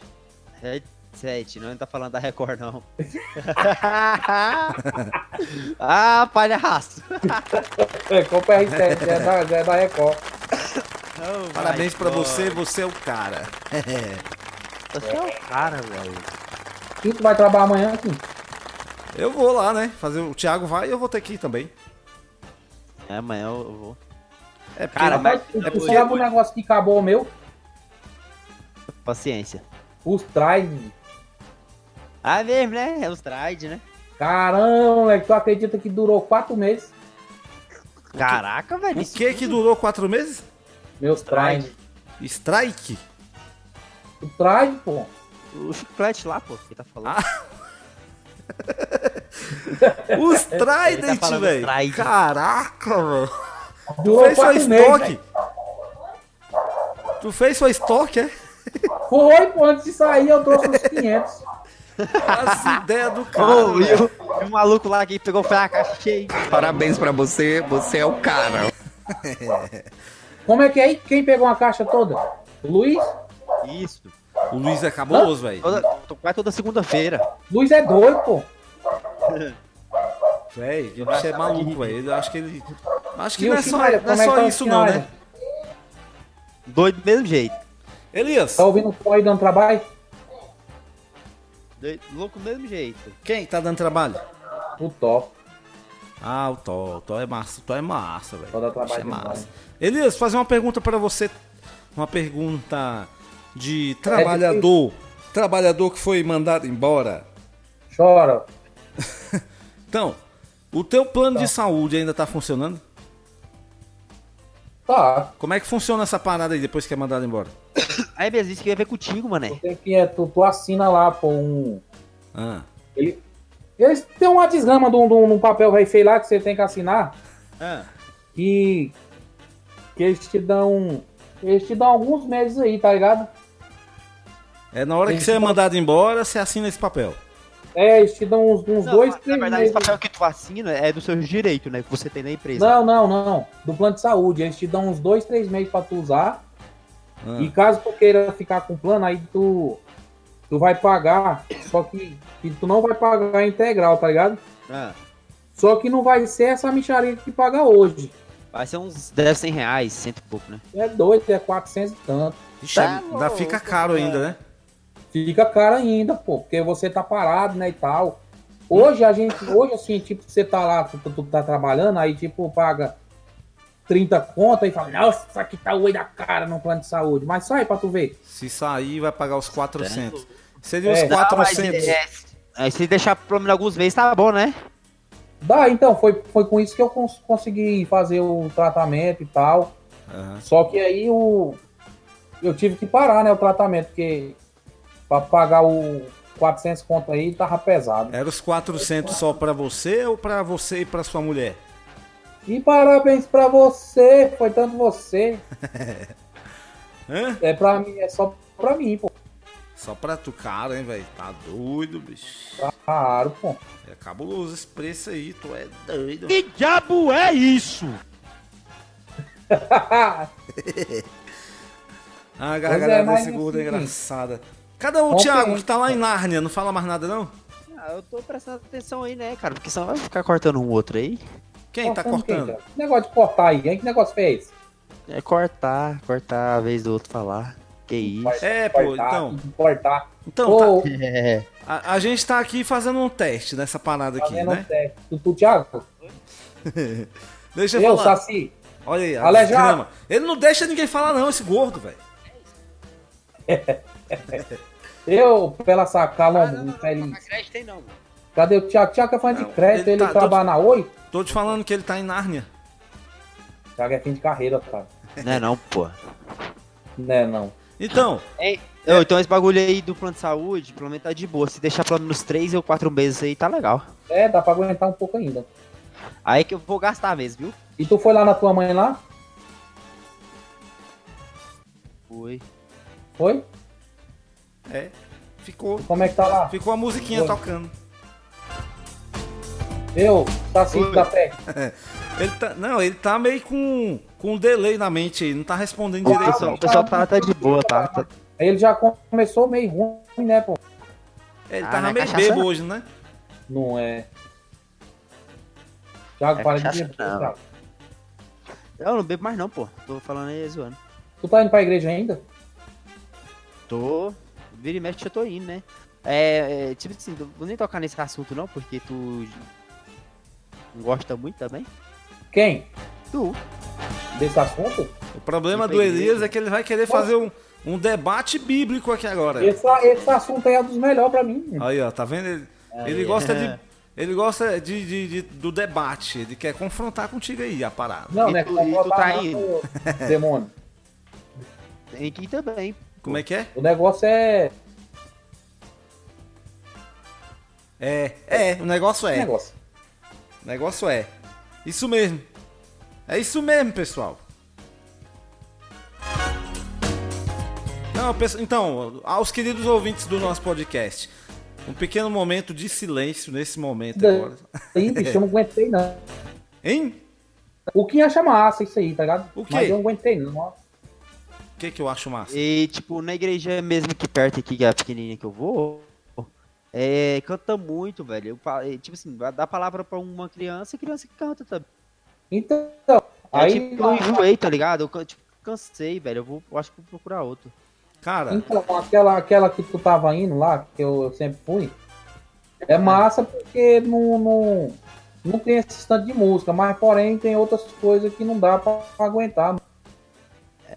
[SPEAKER 3] É, Sete, não, ele tá falando da Record, não. ah, palhaço.
[SPEAKER 1] É, compra R7, é da, é da Record.
[SPEAKER 3] Oh, my
[SPEAKER 2] Parabéns pra
[SPEAKER 3] God.
[SPEAKER 2] você, você é o cara.
[SPEAKER 3] Você é o cara, velho.
[SPEAKER 1] E tu vai trabalhar amanhã assim? aqui?
[SPEAKER 2] Eu vou lá, né? Fazer o Thiago vai e eu vou ter que ir também.
[SPEAKER 3] É, amanhã eu eu vou.
[SPEAKER 2] É porque
[SPEAKER 3] Cara, mas
[SPEAKER 1] tu,
[SPEAKER 3] é
[SPEAKER 1] tu
[SPEAKER 3] porque-
[SPEAKER 1] sabe o um negócio que acabou o meu?
[SPEAKER 3] Paciência.
[SPEAKER 1] Os Trine.
[SPEAKER 3] Ah, é mesmo, né? É os trade, né?
[SPEAKER 1] Caramba, moleque, tu acredita que durou quatro meses?
[SPEAKER 3] Caraca, velho.
[SPEAKER 2] o
[SPEAKER 3] isso
[SPEAKER 2] que que durou quatro meses?
[SPEAKER 1] Meus
[SPEAKER 3] Trine.
[SPEAKER 1] Trine.
[SPEAKER 2] Strike?
[SPEAKER 1] O Trine, pô.
[SPEAKER 3] O chiclete lá, pô, que tá falando.
[SPEAKER 2] Os
[SPEAKER 3] Ele
[SPEAKER 2] Trident,
[SPEAKER 3] tá falando
[SPEAKER 2] velho.
[SPEAKER 3] Trident.
[SPEAKER 2] Caraca, mano. Tu
[SPEAKER 1] Durou
[SPEAKER 2] fez sua
[SPEAKER 1] quatro meses. velho.
[SPEAKER 2] estoque? Tu fez sua estoque, é?
[SPEAKER 1] Foi, pô, antes de sair eu trouxe uns 500.
[SPEAKER 2] As ideias do cara.
[SPEAKER 3] Ô, e,
[SPEAKER 2] velho.
[SPEAKER 3] o, e o maluco lá que pegou foi a caixa cheia.
[SPEAKER 5] Parabéns pra você, você é o cara.
[SPEAKER 1] Como é que é? Quem pegou a caixa toda? O Luiz?
[SPEAKER 3] Isso.
[SPEAKER 2] O Luiz é cabuloso, velho.
[SPEAKER 3] Toda, to- quase toda segunda-feira.
[SPEAKER 1] Luiz é doido, pô.
[SPEAKER 2] Velho, o bicho é maluco, velho. Ele- Acho que ele. Acho que
[SPEAKER 1] E
[SPEAKER 2] não
[SPEAKER 1] o
[SPEAKER 2] é só,
[SPEAKER 1] Schneider,
[SPEAKER 2] não é
[SPEAKER 1] como é que
[SPEAKER 2] só
[SPEAKER 1] tá o
[SPEAKER 2] isso, não, né?
[SPEAKER 1] Schneider?
[SPEAKER 3] Doido do mesmo jeito.
[SPEAKER 2] Elias,
[SPEAKER 1] Tá ouvindo o Pó aí dando trabalho?
[SPEAKER 3] Doido, louco do mesmo jeito.
[SPEAKER 2] quem tá dando trabalho?
[SPEAKER 1] O top.
[SPEAKER 2] Ah, o Tó. O Tó é massa. O Tó é massa, velho.
[SPEAKER 1] Tó dá
[SPEAKER 2] O bicho
[SPEAKER 1] trabalho demais.
[SPEAKER 2] Elias, fazer uma pergunta pra você. Uma pergunta de trabalhador. trabalhador que foi mandado embora.
[SPEAKER 1] Chora.
[SPEAKER 2] Então, o teu plano de saúde ainda tá funcionando?
[SPEAKER 1] Tá.
[SPEAKER 2] Como é que funciona essa parada aí depois que é mandado embora?
[SPEAKER 3] Aí, Bez, isso que eu ia ver contigo,
[SPEAKER 1] Tu,
[SPEAKER 3] mané.
[SPEAKER 1] tem que, é, tu, tu assina lá, pô, um.
[SPEAKER 2] Ah.
[SPEAKER 1] Ele... Eles têm uma desgrama de um, de um- de um papel velho feio lá que você tem que assinar.
[SPEAKER 2] Ah.
[SPEAKER 1] Que. Que eles te dão. Eles te dão alguns meses aí, tá ligado?
[SPEAKER 2] É na hora que você é mandado embora, você assina esse papel.
[SPEAKER 1] É, eles te dão uns, uns
[SPEAKER 3] Não,
[SPEAKER 1] dois,
[SPEAKER 3] na
[SPEAKER 1] três
[SPEAKER 3] verdade, esse
[SPEAKER 1] meses.
[SPEAKER 3] papel que tu assina é do seu direito, né? Que você tem na empresa.
[SPEAKER 1] Não, não, não. Do plano de saúde. Eles te dão uns dois, três meses pra tu usar.
[SPEAKER 2] Ah.
[SPEAKER 1] E caso tu queira ficar com o plano, aí tu. Tu vai pagar. Só que, que tu não vai pagar integral, tá ligado?
[SPEAKER 3] Ah,
[SPEAKER 1] Só que não vai ser essa micharia que paga hoje.
[SPEAKER 3] vai ser uns 10, 100 reais, cento e pouco, né?
[SPEAKER 1] É doido, é 400 e tanto.
[SPEAKER 2] Ixi,
[SPEAKER 3] Tá
[SPEAKER 2] ainda
[SPEAKER 3] louco,
[SPEAKER 2] fica caro
[SPEAKER 3] cara.
[SPEAKER 2] ainda, né?
[SPEAKER 1] Fica caro ainda, pô, porque você tá parado, né, e tal. Hoje a gente, hoje assim, tipo, você tá lá, tu, tu tá trabalhando, aí tipo, paga 30 conta e fala, nossa, aqui tá o olho da cara no plano de saúde. Mas sai pra tu ver.
[SPEAKER 2] Se sair, vai pagar os 400. Seria
[SPEAKER 1] É. Não,
[SPEAKER 2] uns
[SPEAKER 3] Não, mas
[SPEAKER 2] 400.
[SPEAKER 3] é- é- é, se deixar pelo menos alguns meses, tá bom, né?
[SPEAKER 1] Dá, então, foi, foi com isso que eu cons- consegui fazer o tratamento e tal.
[SPEAKER 2] Aham.
[SPEAKER 1] Só que aí o. Eu tive que parar, né, o tratamento, porque pra pagar o 400 conto aí tava pesado.
[SPEAKER 2] Era os 400 só pra você ou pra você e pra sua mulher?
[SPEAKER 1] E parabéns pra você, foi tanto você.
[SPEAKER 2] Hã?
[SPEAKER 1] É pra mim, é só pra mim, pô.
[SPEAKER 2] Só pra tu, cara, hein, velho? Tá doido, bicho.
[SPEAKER 1] Tá. Claro, pô.
[SPEAKER 2] É cabuloso esse preço aí, tu é doido. Ah, A gargalhada
[SPEAKER 1] é, mas
[SPEAKER 2] desse gordo é
[SPEAKER 1] assim-
[SPEAKER 2] engraçada. Cadê o
[SPEAKER 1] Ontem-
[SPEAKER 2] Thiago que tá lá em Nárnia? Não fala mais nada, não?
[SPEAKER 3] Ah, eu tô prestando atenção aí, né, cara? Porque senão vai ficar cortando um outro aí.
[SPEAKER 2] Quem tá
[SPEAKER 1] quem,
[SPEAKER 2] cortando?
[SPEAKER 1] cara? Que negócio de cortar aí, hein? Que negócio é esse?
[SPEAKER 3] É cortar, cortar a vez do outro falar. Que isso.
[SPEAKER 2] É, pô,
[SPEAKER 1] Cortar,
[SPEAKER 2] então.
[SPEAKER 1] Cortar.
[SPEAKER 2] Então, tá,
[SPEAKER 1] Ô,
[SPEAKER 3] É.
[SPEAKER 2] a, a gente tá aqui fazendo um teste nessa parada aqui,
[SPEAKER 1] fazendo um
[SPEAKER 2] né?
[SPEAKER 1] teste. Tu, tu, Thiago?
[SPEAKER 2] Deixa eu,
[SPEAKER 1] Eu,
[SPEAKER 2] falar.
[SPEAKER 1] Saci?
[SPEAKER 2] Olha aí, a
[SPEAKER 1] Aleijado.
[SPEAKER 2] desgrama. Ele não deixa ninguém falar, não, esse gordo, velho.
[SPEAKER 1] Eu, pela
[SPEAKER 3] Ah,
[SPEAKER 1] sacalombo, infeliz.
[SPEAKER 3] crédito tem não.
[SPEAKER 1] Cadê o Thiago? Thiago é fã de
[SPEAKER 2] Não,
[SPEAKER 1] crédito,
[SPEAKER 2] ele
[SPEAKER 1] ele,
[SPEAKER 2] tá
[SPEAKER 1] trabalha na Oi?
[SPEAKER 2] Tô te falando que ele tá em Nárnia.
[SPEAKER 1] Thiago é fim de carreira, cara.
[SPEAKER 3] Não é não, pô.
[SPEAKER 1] Né, não.
[SPEAKER 2] Então,
[SPEAKER 3] Ô, então esse bagulho aí do plano de saúde, pelo menos tá de boa. Se deixar pelo menos 3 ou 4 meses aí, tá legal.
[SPEAKER 1] É, dá pra aguentar um pouco ainda.
[SPEAKER 3] Aí é que eu vou gastar mesmo, viu?
[SPEAKER 1] E tu foi lá na tua mãe lá?
[SPEAKER 3] Foi.
[SPEAKER 1] Foi?
[SPEAKER 2] é. Ficou.
[SPEAKER 1] Como é que tá lá?
[SPEAKER 2] Ficou a musiquinha
[SPEAKER 1] Foi.
[SPEAKER 2] tocando.
[SPEAKER 1] Eu, Saci da tá assim, Pé.
[SPEAKER 2] Ele tá, não, ele tá meio com, com um delay na mente aí, não tá respondendo
[SPEAKER 3] O
[SPEAKER 2] direito.
[SPEAKER 3] pessoal, o pessoal tá, tá de boa, tá? Tá-
[SPEAKER 1] Ele já começou meio ruim, né, pô?
[SPEAKER 2] Ele
[SPEAKER 3] Ah,
[SPEAKER 2] tava
[SPEAKER 3] não é
[SPEAKER 2] meio
[SPEAKER 3] cachaça,
[SPEAKER 2] bebo
[SPEAKER 3] não?
[SPEAKER 2] hoje, né?
[SPEAKER 1] Não é. Thiago,
[SPEAKER 3] É
[SPEAKER 1] para de
[SPEAKER 3] cachaça,
[SPEAKER 1] dizer.
[SPEAKER 3] não.
[SPEAKER 1] Thiago.
[SPEAKER 3] Eu não bebo mais não, pô. Tô falando aí zoando.
[SPEAKER 1] Tu tá indo pra igreja ainda?
[SPEAKER 3] Tô. Vira e mexe, eu tô indo, né? É, é, tipo assim, não vou nem tocar nesse assunto não, porque tu não gosta muito também.
[SPEAKER 1] Quem?
[SPEAKER 3] Tu.
[SPEAKER 1] Desse assunto?
[SPEAKER 2] O problema
[SPEAKER 3] E
[SPEAKER 2] do
[SPEAKER 3] pra igreja.
[SPEAKER 2] Elias é que ele vai querer fazer um, um debate bíblico aqui agora.
[SPEAKER 3] É.
[SPEAKER 1] Esse, esse assunto aí é um dos melhores pra mim.
[SPEAKER 2] Aí, ó, tá vendo? Ele, ele gosta de. Ele gosta de, de- de- do debate, ele quer confrontar contigo aí a parada.
[SPEAKER 1] Não,
[SPEAKER 3] E
[SPEAKER 1] né?
[SPEAKER 3] tu- e tu
[SPEAKER 1] confrontar
[SPEAKER 3] tá
[SPEAKER 1] não,
[SPEAKER 3] indo?
[SPEAKER 1] Demônio.
[SPEAKER 3] Tem que ir também.
[SPEAKER 2] Como é que é?
[SPEAKER 1] O negócio é.
[SPEAKER 2] É, é, o negócio é.
[SPEAKER 1] Negócio.
[SPEAKER 2] O negócio é. Isso mesmo. É isso mesmo, pessoal. Não, pesso- então, aos queridos ouvintes do nosso podcast, um pequeno momento de silêncio nesse momento agora.
[SPEAKER 1] Ih, bicho, eu não aguentei, não.
[SPEAKER 2] Hein?
[SPEAKER 1] O que acha massa isso aí, tá ligado?
[SPEAKER 2] O quê?
[SPEAKER 1] Mas eu não aguentei, não. ó.
[SPEAKER 2] O que, que eu acho massa?
[SPEAKER 3] E, tipo, na igreja mesmo que perto aqui, que é a pequenininha que eu vou, é, canta muito, velho. Eu fa- é, tipo assim, vai dar palavra pra uma criança e criança que canta também.
[SPEAKER 1] Então,
[SPEAKER 3] Aí,
[SPEAKER 1] aí.
[SPEAKER 3] tipo, eu enjoei, tá ligado? Eu can- tipo, cansei, velho. Eu, vou, eu acho que vou procurar outro.
[SPEAKER 2] Cara,
[SPEAKER 1] Então, aquela, aquela que tu tava indo lá, que eu, eu sempre fui, é
[SPEAKER 2] Uhum.
[SPEAKER 1] massa porque não, não, não tem esse tanto de música, mas porém tem outras coisas que não dá pra aguentar.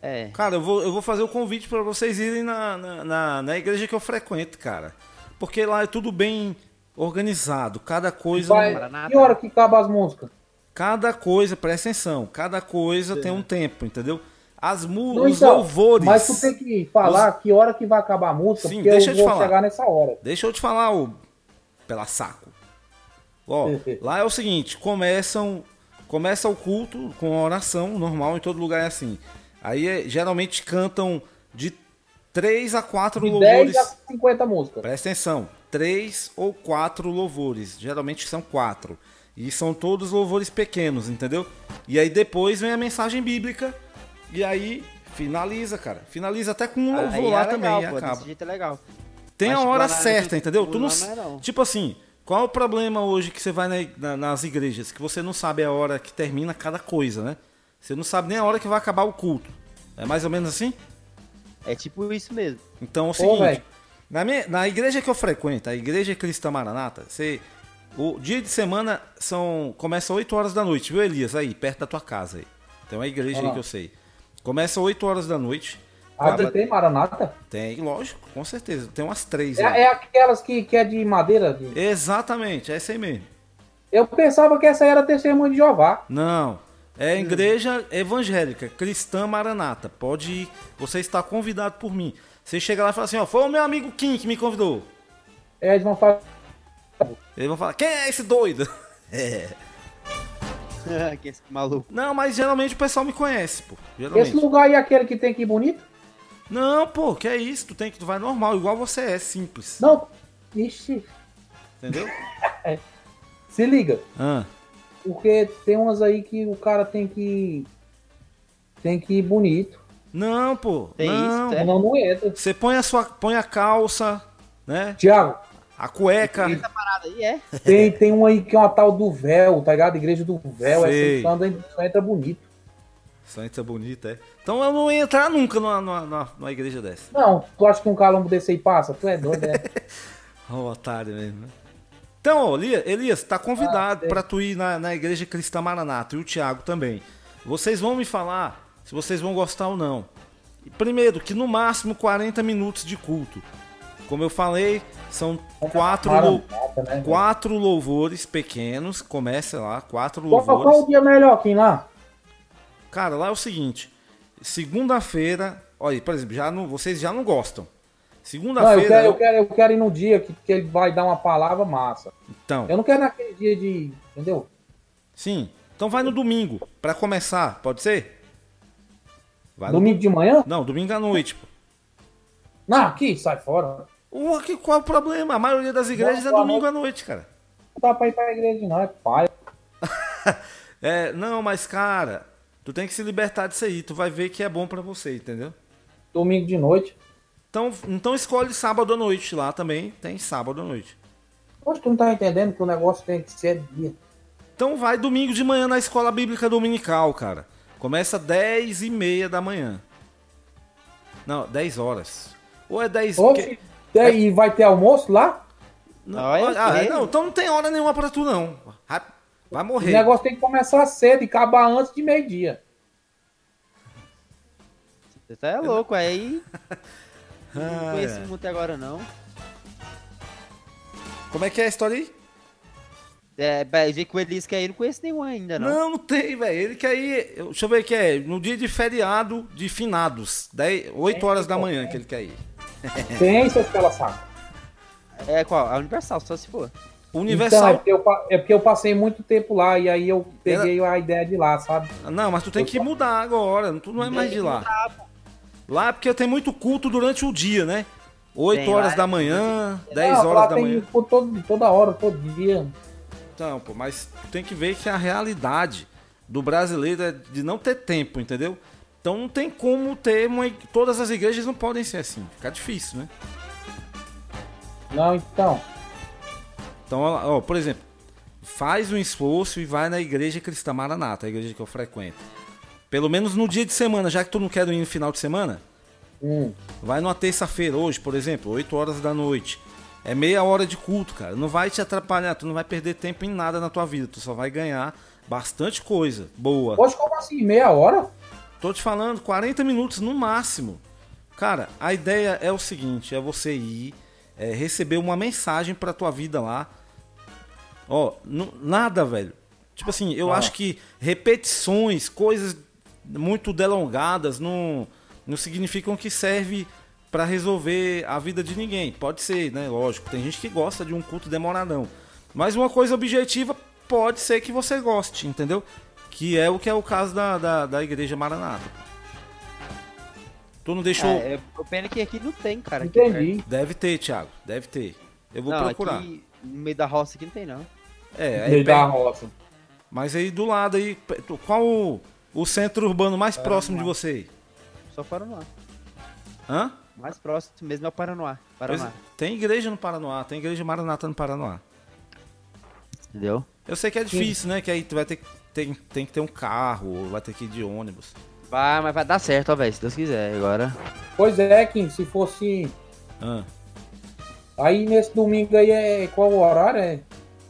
[SPEAKER 3] É.
[SPEAKER 2] Cara, eu vou, eu vou fazer o convite pra vocês irem na, na, na- na igreja que eu frequento, cara. Porque lá é tudo bem organizado. Cada coisa,
[SPEAKER 1] Vai,
[SPEAKER 3] para nada.
[SPEAKER 1] que hora
[SPEAKER 2] né?
[SPEAKER 1] que acaba as músicas?
[SPEAKER 2] cada coisa, presta atenção, cada coisa tem um tempo, entendeu? As mu
[SPEAKER 1] Não,
[SPEAKER 2] os
[SPEAKER 1] então,
[SPEAKER 2] louvores.
[SPEAKER 1] Mas tu tem que falar que hora que vai acabar a música,
[SPEAKER 2] Sim,
[SPEAKER 1] porque
[SPEAKER 2] deixa eu
[SPEAKER 1] eu
[SPEAKER 2] te
[SPEAKER 1] vou
[SPEAKER 2] falar.
[SPEAKER 1] chegar nessa hora.
[SPEAKER 2] Deixa eu te falar, ô pela saco. Ó, lá é o seguinte, começam, começa o culto com a oração, normal em todo lugar é assim. Aí é- geralmente cantam de 3 a 4
[SPEAKER 1] De
[SPEAKER 2] louvores.
[SPEAKER 1] 10 a 50 músicas.
[SPEAKER 2] Presta atenção, três ou quatro louvores, geralmente são quatro. E são todos louvores pequenos, entendeu? E aí depois vem a mensagem bíblica, e aí finaliza, cara. Finaliza até com um louvor
[SPEAKER 3] Aí
[SPEAKER 2] lá
[SPEAKER 3] é
[SPEAKER 2] também,
[SPEAKER 3] legal,
[SPEAKER 2] e
[SPEAKER 3] pô,
[SPEAKER 2] acaba.
[SPEAKER 3] Desse jeito é legal.
[SPEAKER 2] Tem a
[SPEAKER 3] Mas, tipo,
[SPEAKER 2] hora
[SPEAKER 3] lá na-
[SPEAKER 2] certa, entendeu? Tu não,
[SPEAKER 3] lá
[SPEAKER 2] s-
[SPEAKER 3] não é, não.
[SPEAKER 2] Tipo assim, qual é o problema hoje que você vai na- na- nas igrejas? Que você não sabe a hora que termina cada coisa, né? Você não sabe nem a hora que vai acabar o culto. É mais ou menos assim?
[SPEAKER 3] É tipo isso mesmo.
[SPEAKER 2] Então é o
[SPEAKER 1] velho.
[SPEAKER 2] seguinte, na, minha- na igreja que eu frequento, a igreja cristã maranata, você, o dia de semana são começa 8 horas da noite, viu Elias? Aí, perto da tua casa aí. Tem uma igreja aí
[SPEAKER 1] Ah.
[SPEAKER 2] que eu sei. Começa 8 horas da noite.
[SPEAKER 1] Aqui
[SPEAKER 2] Quando-
[SPEAKER 1] tem Maranata?
[SPEAKER 2] Tem, lógico, com certeza. Tem umas três
[SPEAKER 1] É,
[SPEAKER 2] lá.
[SPEAKER 1] é aquelas que, que é de madeira? de-
[SPEAKER 2] Exatamente, é essa aí mesmo.
[SPEAKER 1] Eu pensava que essa era testemunho de Jeová.
[SPEAKER 2] Não. É
[SPEAKER 1] Hum.
[SPEAKER 2] a igreja evangélica, cristã maranata. Pode ir. Você está convidado por mim. Você chega lá e fala assim, ó, foi o meu amigo Kim que me convidou.
[SPEAKER 1] É, Eles vão falar.
[SPEAKER 2] Eles vão falar, quem é esse doido? É.
[SPEAKER 3] que esse maluco.
[SPEAKER 2] Não, mas geralmente o pessoal me conhece, pô. Geralmente.
[SPEAKER 1] Esse lugar aí é aquele que tem que ir bonito?
[SPEAKER 2] Não, pô, que é isso? Tu tem que tu vai normal, igual você é, simples.
[SPEAKER 1] Não. Ixi,
[SPEAKER 2] Entendeu?
[SPEAKER 1] se liga.
[SPEAKER 2] Ah,
[SPEAKER 1] Porque tem umas aí que o cara tem que. Tem que ir bonito.
[SPEAKER 2] Não, pô.
[SPEAKER 3] Tem
[SPEAKER 2] não.
[SPEAKER 3] isso, É.
[SPEAKER 1] Não, não entra.
[SPEAKER 2] Você põe a sua, põe a calça, né?
[SPEAKER 1] Tiago,
[SPEAKER 2] A cueca.
[SPEAKER 3] Essa parada aí é.
[SPEAKER 1] tem, tem uma aí que é uma tal do véu, tá ligado? Igreja do véu.
[SPEAKER 2] Sei.
[SPEAKER 1] Essa só anda, só entra bonito.
[SPEAKER 2] Santa bonita, é. Então eu não ia entrar nunca numa, numa, numa- numa igreja dessa.
[SPEAKER 1] Não, tu acha que um calombo desse aí passa? Tu é doido, né?
[SPEAKER 2] Ó, o otário mesmo, né? Então, ó, Elias, Elias, tá convidado
[SPEAKER 1] Ah, é.
[SPEAKER 2] pra tu ir na, na igreja cristã Maranata e o Thiago também. Vocês vão me falar se vocês vão gostar ou não. E Primeiro, que no máximo 40 minutos de culto. Como eu falei, são quatro, lou-
[SPEAKER 1] Maranata, né? velho?
[SPEAKER 2] quatro louvores pequenos. Começa lá, quatro
[SPEAKER 1] Qual,
[SPEAKER 2] louvores.
[SPEAKER 1] qual o dia melhor, Kim, lá?
[SPEAKER 2] Cara, lá é o seguinte: segunda-feira, olha, por exemplo, já não, vocês já não gostam.
[SPEAKER 1] Não, eu
[SPEAKER 2] Segunda-feira,
[SPEAKER 1] quero, eu, quero, eu quero ir num dia que, que ele vai dar uma palavra massa.
[SPEAKER 2] então,
[SPEAKER 1] Eu não quero naquele dia de. Entendeu?
[SPEAKER 2] sim. Então vai no domingo pra começar, pode ser? Vai no-
[SPEAKER 1] Domingo de manhã?
[SPEAKER 2] Não, domingo à noite. Pô.
[SPEAKER 1] Não, aqui, sai fora.
[SPEAKER 2] Ué, que- qual é o problema? A maioria das igrejas é
[SPEAKER 1] boa
[SPEAKER 2] domingo à noite, cara.
[SPEAKER 1] Não dá pra ir pra igreja, não, é pai.
[SPEAKER 2] É, não, mas cara, tu tem que se libertar disso aí. Tu vai ver que é bom pra você, entendeu?
[SPEAKER 1] Domingo de noite.
[SPEAKER 2] Então, então escolhe sábado à noite lá também. Tem sábado à noite.
[SPEAKER 1] Poxa, tu não tá entendendo que o negócio tem que ser dia.
[SPEAKER 2] Então vai domingo de manhã na escola bíblica dominical, cara. Começa 10 e meia da manhã. Não, 10 horas. Ou é 10
[SPEAKER 1] Oxe,
[SPEAKER 2] é-
[SPEAKER 1] e vai ter almoço lá?
[SPEAKER 2] Não,
[SPEAKER 3] Olha,
[SPEAKER 2] ah,
[SPEAKER 3] ele.
[SPEAKER 2] não, então não tem hora nenhuma pra tu, não. Vai, vai
[SPEAKER 1] O
[SPEAKER 2] morrer.
[SPEAKER 1] negócio tem que começar cedo e acabar antes de meio-dia.
[SPEAKER 3] Você tá é louco, aí.
[SPEAKER 2] Ah,
[SPEAKER 3] não conheço
[SPEAKER 2] é.
[SPEAKER 3] muito até agora, não.
[SPEAKER 2] Como é que é a história aí?
[SPEAKER 3] É, pra dizer que o Elisca aí eu não conheço nenhum ainda, É, não.
[SPEAKER 2] Não, não tem, velho. Ele que aí. Deixa eu ver o que é. No dia de feriado de finados. 10,
[SPEAKER 3] É,
[SPEAKER 2] 8 horas da manhã que ele quer ir. É.
[SPEAKER 1] Tem, seus pela saco.
[SPEAKER 3] É qual? A Universal, só se for.
[SPEAKER 1] Então, é
[SPEAKER 2] Universal.
[SPEAKER 1] porque, eu, pa- é porque eu passei muito tempo lá e aí eu peguei a ideia de lá, sabe?
[SPEAKER 3] é-
[SPEAKER 2] Não, mas tu tem que mudar agora. Tu não é mais de lá. Lá é porque tem muito culto durante o dia, né? 8
[SPEAKER 3] Tem,
[SPEAKER 2] horas
[SPEAKER 3] lá é
[SPEAKER 2] da manhã,
[SPEAKER 1] Não,
[SPEAKER 2] 10
[SPEAKER 1] lá
[SPEAKER 2] horas da
[SPEAKER 1] tem
[SPEAKER 2] manhã.
[SPEAKER 1] por todo, toda hora, todo dia.
[SPEAKER 2] Então, pô, mas tu tem que ver que a realidade do brasileiro é de não ter tempo, entendeu? Então não tem como ter uma. ig- Todas as igrejas não podem ser assim. Fica difícil, né?
[SPEAKER 1] Não, então.
[SPEAKER 2] Então, ó, ó, por exemplo, faz um esforço e vai na igreja cristã Maranata, a igreja que eu frequento. Pelo menos no dia de semana, já que tu não quer ir no final de semana,
[SPEAKER 1] Hum.
[SPEAKER 2] vai numa terça-feira hoje, por exemplo, 8 horas da noite. É meia hora de culto, cara. Não vai te atrapalhar, tu não vai perder tempo em nada na tua vida, tu só vai ganhar bastante coisa boa.
[SPEAKER 1] Poxa, como assim? Meia hora?
[SPEAKER 2] Tô te falando, 40 minutos no máximo. Cara, a ideia é o seguinte: é você ir, é, receber uma mensagem pra tua vida lá. Ó, nu- nada, velho. Tipo assim, eu acho que repetições, coisas muito delongadas, não, não significam que serve pra resolver a vida de ninguém. Pode ser, né? Lógico. Tem gente que gosta de um culto demoradão. Mas uma coisa objetiva pode ser que você goste, entendeu? Que é o que é o caso da, da, da Igreja Maranata. Tu não deixou.
[SPEAKER 3] É, é, o pena é que aqui não tem, cara. aqui
[SPEAKER 1] Entendi.
[SPEAKER 2] Deve ter, Thiago. Deve ter. Eu
[SPEAKER 3] perto.
[SPEAKER 2] vou
[SPEAKER 3] não, é
[SPEAKER 2] procurar.
[SPEAKER 3] aqui no meio da roça aqui não tem, não.
[SPEAKER 2] É, aí
[SPEAKER 1] Meio
[SPEAKER 2] pega-
[SPEAKER 1] da roça.
[SPEAKER 2] Mas aí do lado aí, pe- tu- qual o, o centro urbano mais próximo de você aí?
[SPEAKER 3] Só Paranoá.
[SPEAKER 2] Hã?
[SPEAKER 3] O Mais próximo mesmo é o Paranoá. Paranoá.
[SPEAKER 2] Pois- Tem igreja no Paranoá, tem igreja Maranata no Paranoá.
[SPEAKER 3] Entendeu?
[SPEAKER 2] Eu sei que é difícil, né? Que aí tu vai ter que. Tem, tem que ter um carro, ou vai ter que ir de ônibus.
[SPEAKER 3] Vai, mas vai dar certo, ó, velho, se Deus quiser. Agora.
[SPEAKER 1] Pois é, Kim, se fosse.
[SPEAKER 2] Hã?
[SPEAKER 1] Aí nesse domingo aí é qual o horário? É?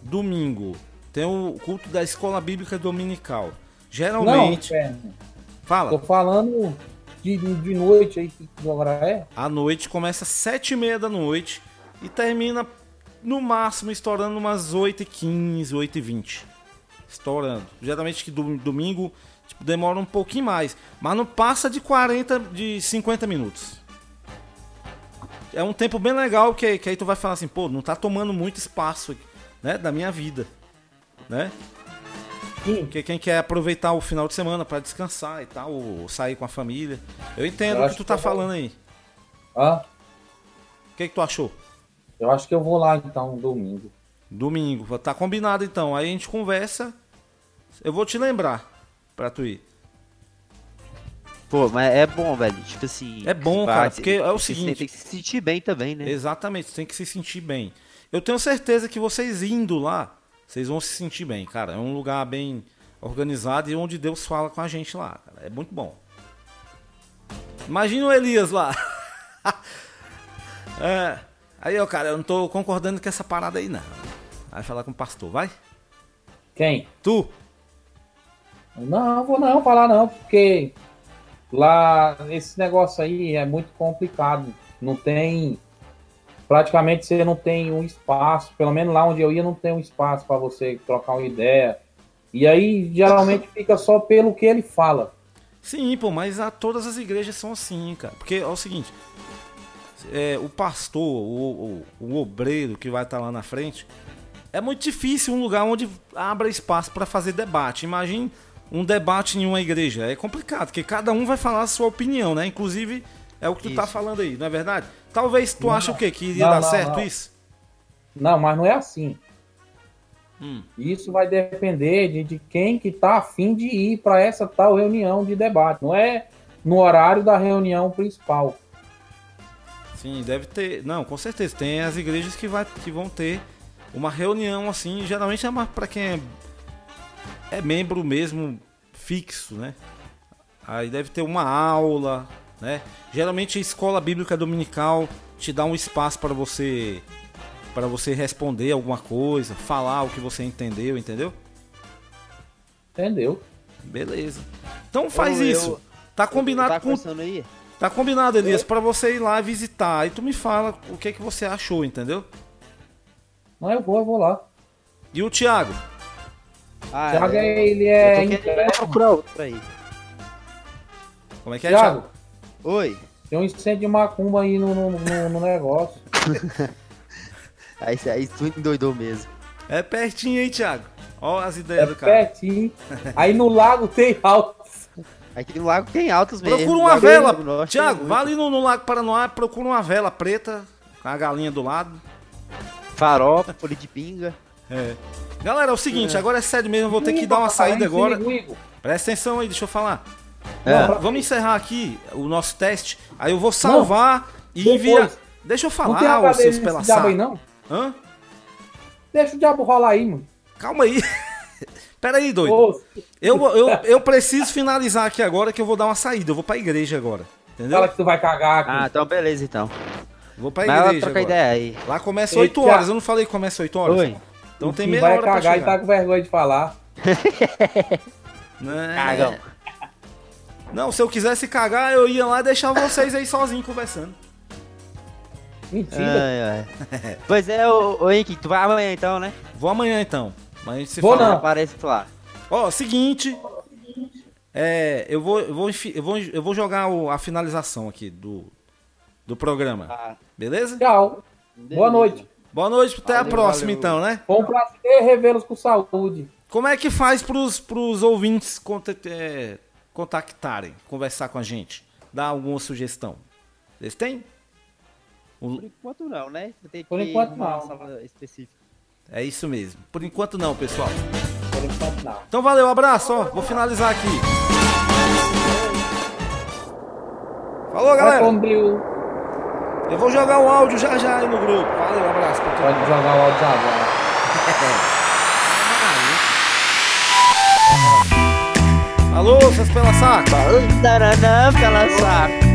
[SPEAKER 2] Domingo, tem o culto da escola bíblica dominical. Geralmente.
[SPEAKER 1] Não, é, tô
[SPEAKER 2] Fala,
[SPEAKER 1] falando de, de noite aí, que que horário é?
[SPEAKER 2] a noite começa às 7h30 da noite e termina no máximo estourando umas 8h15, 8h20. estourando. Geralmente que dom- domingo tipo, demora um pouquinho mais, mas não passa de 40, de 50 minutos. É um tempo bem legal que, que aí tu vai falar assim, pô, não tá tomando muito espaço, né, da minha vida, né?
[SPEAKER 1] Sim.
[SPEAKER 2] Porque quem quer aproveitar o final de semana pra descansar e tal, ou sair com a família. Eu entendo
[SPEAKER 1] Eu
[SPEAKER 2] o que
[SPEAKER 1] acho
[SPEAKER 2] tu
[SPEAKER 1] que é
[SPEAKER 2] tá
[SPEAKER 1] eu vou-
[SPEAKER 2] falando aí.
[SPEAKER 1] Hã?
[SPEAKER 2] O que, que tu achou?
[SPEAKER 1] Eu acho que eu vou lá então, domingo.
[SPEAKER 2] Domingo, tá combinado então. Aí a gente conversa. Eu vou te lembrar pra tu ir.
[SPEAKER 3] Pô, mas é bom, velho. Tipo assim.
[SPEAKER 2] É bom,
[SPEAKER 3] vai,
[SPEAKER 2] cara,
[SPEAKER 3] cê-
[SPEAKER 2] porque é o
[SPEAKER 3] cê
[SPEAKER 2] seguinte-
[SPEAKER 3] Tem que se sentir bem também, né?
[SPEAKER 2] Exatamente, você tem que se sentir bem. Eu tenho certeza que vocês indo lá, vocês vão se sentir bem, cara. É um lugar bem organizado e onde Deus fala com a gente lá, cara. É muito bom. Imagina o Elias lá. É. Aí, ó, cara, eu não tô concordando com essa parada aí, não. Vai falar com o pastor, vai?
[SPEAKER 1] Quem?
[SPEAKER 2] Tu?
[SPEAKER 1] Não, vou não falar não, porque lá esse negócio aí é muito complicado. Não tem. Praticamente você não tem um espaço, pelo menos lá onde eu ia, não tem um espaço para você trocar uma ideia. E aí geralmente fica só pelo que ele fala.
[SPEAKER 2] Sim, pô, mas a, todas as igrejas são assim, cara. Porque é o seguinte: é, o pastor, o, o, o obreiro que vai estar lá na frente, é muito difícil um lugar onde abra espaço para fazer debate. Imagine um debate em uma igreja. É complicado, porque cada um vai falar a sua opinião, né? Inclusive, é o que tu tá
[SPEAKER 3] Isso.
[SPEAKER 2] falando aí, não é verdade? Talvez tu acha o quê? Que iria
[SPEAKER 1] Não,
[SPEAKER 2] dar
[SPEAKER 1] não,
[SPEAKER 2] certo
[SPEAKER 1] não.
[SPEAKER 2] isso?
[SPEAKER 1] Não, mas não é assim.
[SPEAKER 2] Hum.
[SPEAKER 1] Isso vai depender de, de quem que tá afim de ir para essa tal reunião de debate. Não é no horário da reunião principal.
[SPEAKER 2] Sim, deve ter. Não, com certeza. Tem as igrejas que, vai, que vão ter uma reunião assim. Geralmente é mais pra quem é, é membro mesmo fixo, né? Aí deve ter uma aula, né? Geralmente a escola bíblica dominical te dá um espaço para você para você responder alguma coisa, falar o que você entendeu, entendeu?
[SPEAKER 1] Entendeu?
[SPEAKER 2] Beleza. Então faz
[SPEAKER 3] Eu- eu-
[SPEAKER 2] isso. tá combinado
[SPEAKER 3] tá
[SPEAKER 2] com
[SPEAKER 3] conversando aí?
[SPEAKER 2] Tá combinado, Elias, pra você ir lá visitar. Aí tu me fala o que que você achou, entendeu?
[SPEAKER 1] Não, é, eu vou, eu vou lá.
[SPEAKER 2] E o Thiago?
[SPEAKER 3] Ah,
[SPEAKER 1] Thiago,
[SPEAKER 3] eu-
[SPEAKER 1] ele
[SPEAKER 3] eu
[SPEAKER 1] é.
[SPEAKER 3] tô querendo
[SPEAKER 1] interno.
[SPEAKER 3] procurar outro aí.
[SPEAKER 2] Como é que é, Thiago?
[SPEAKER 1] Thiago,
[SPEAKER 3] Oi.
[SPEAKER 1] tem um incêndio de macumba aí no, no, no- no negócio.
[SPEAKER 3] Aí, aí tu endoidou mesmo.
[SPEAKER 2] É pertinho, hein, Thiago? Ó as
[SPEAKER 1] É
[SPEAKER 2] ideias do cara.
[SPEAKER 1] pertinho. Aí no lago tem alto.
[SPEAKER 3] Aqui no lago tem altos mesmo.
[SPEAKER 2] Procura
[SPEAKER 3] Lá
[SPEAKER 2] uma
[SPEAKER 3] no Rio Grande do
[SPEAKER 2] vela.
[SPEAKER 3] Norte tem
[SPEAKER 2] Thiago,
[SPEAKER 3] muito.
[SPEAKER 2] vá ali no, no Lago Paranoá, procura uma vela preta com a galinha do lado.
[SPEAKER 3] Farofa, folha de pinga.
[SPEAKER 2] É. Galera, é o seguinte, agora é sério mesmo, eu vou ter que dar uma saída agora. Presta atenção aí, deixa eu falar.
[SPEAKER 3] É.
[SPEAKER 2] Não, vamos encerrar aqui o nosso teste. Aí eu vou salvar e enviar.
[SPEAKER 1] depois.
[SPEAKER 2] Deixa eu
[SPEAKER 1] Não tem
[SPEAKER 2] falar, ô
[SPEAKER 1] HD
[SPEAKER 2] seus
[SPEAKER 1] desse
[SPEAKER 2] pela
[SPEAKER 1] diabo aí, não?
[SPEAKER 2] Hã?
[SPEAKER 1] Deixa o diabo rolar aí, mano.
[SPEAKER 2] Calma aí. Pera aí, doido.
[SPEAKER 1] Ô,
[SPEAKER 2] Eu, vou- eu, eu preciso finalizar aqui agora que eu vou dar uma saída. Eu vou pra igreja agora. Entendeu?
[SPEAKER 1] fala que tu vai cagar aqui.
[SPEAKER 3] Ah, então beleza então.
[SPEAKER 2] Vou pra
[SPEAKER 3] Mas ela
[SPEAKER 2] igreja
[SPEAKER 3] troca
[SPEAKER 2] agora.
[SPEAKER 3] ideia aí.
[SPEAKER 2] Lá começa
[SPEAKER 1] Eita.
[SPEAKER 2] 8 horas. Eu não falei que começa 8 horas?
[SPEAKER 3] Oi.
[SPEAKER 2] Então tem
[SPEAKER 1] Quem
[SPEAKER 2] meia
[SPEAKER 1] vai
[SPEAKER 2] hora pra
[SPEAKER 1] cagar e
[SPEAKER 2] chegar.
[SPEAKER 1] tá com vergonha de falar. tá
[SPEAKER 2] Né?
[SPEAKER 3] Cagão.
[SPEAKER 2] Não, se eu quisesse cagar, eu ia lá e deixava vocês aí sozinhos conversando.
[SPEAKER 1] Mentira.
[SPEAKER 3] Ai, ai. pois é, ô, ô Henrique, tu vai amanhã então, né?
[SPEAKER 2] Vou amanhã então. Mas a gente se
[SPEAKER 1] Vou
[SPEAKER 2] fala.
[SPEAKER 1] não.
[SPEAKER 3] Aparece tu lá.
[SPEAKER 2] Ó, seguinte. É, eu vou, eu vou, enfi- eu vou, eu vou jogar o- a finalização aqui do, do programa.
[SPEAKER 3] Ah,
[SPEAKER 2] Beleza?
[SPEAKER 1] Tchau. Boa noite.
[SPEAKER 2] Boa noite, até a
[SPEAKER 3] Valeu,
[SPEAKER 2] próxima
[SPEAKER 3] valeu.
[SPEAKER 2] então, né?
[SPEAKER 1] Foi um prazer revê-los com saúde.
[SPEAKER 2] Como é que faz pros, pros ouvintes conta- é, contactarem, conversar com a gente? Dar alguma sugestão? Vocês têm?
[SPEAKER 3] Por enquanto não, né? Tem que
[SPEAKER 1] Por enquanto
[SPEAKER 3] arrumar
[SPEAKER 1] não.
[SPEAKER 3] uma sala específica.
[SPEAKER 2] É isso mesmo. Por enquanto não, pessoal.
[SPEAKER 1] Por enquanto, não.
[SPEAKER 2] Então valeu, abraço, ó. Vou finalizar aqui. Falou,
[SPEAKER 1] Vai
[SPEAKER 2] galera.
[SPEAKER 1] com Deus.
[SPEAKER 2] Eu vou jogar o áudio já já aí no grupo. Valeu, abraço. pra todo mundo.
[SPEAKER 1] Pode jogar o áudio agora.
[SPEAKER 2] Alô, seus pela saca.
[SPEAKER 3] Taranã, pela saco.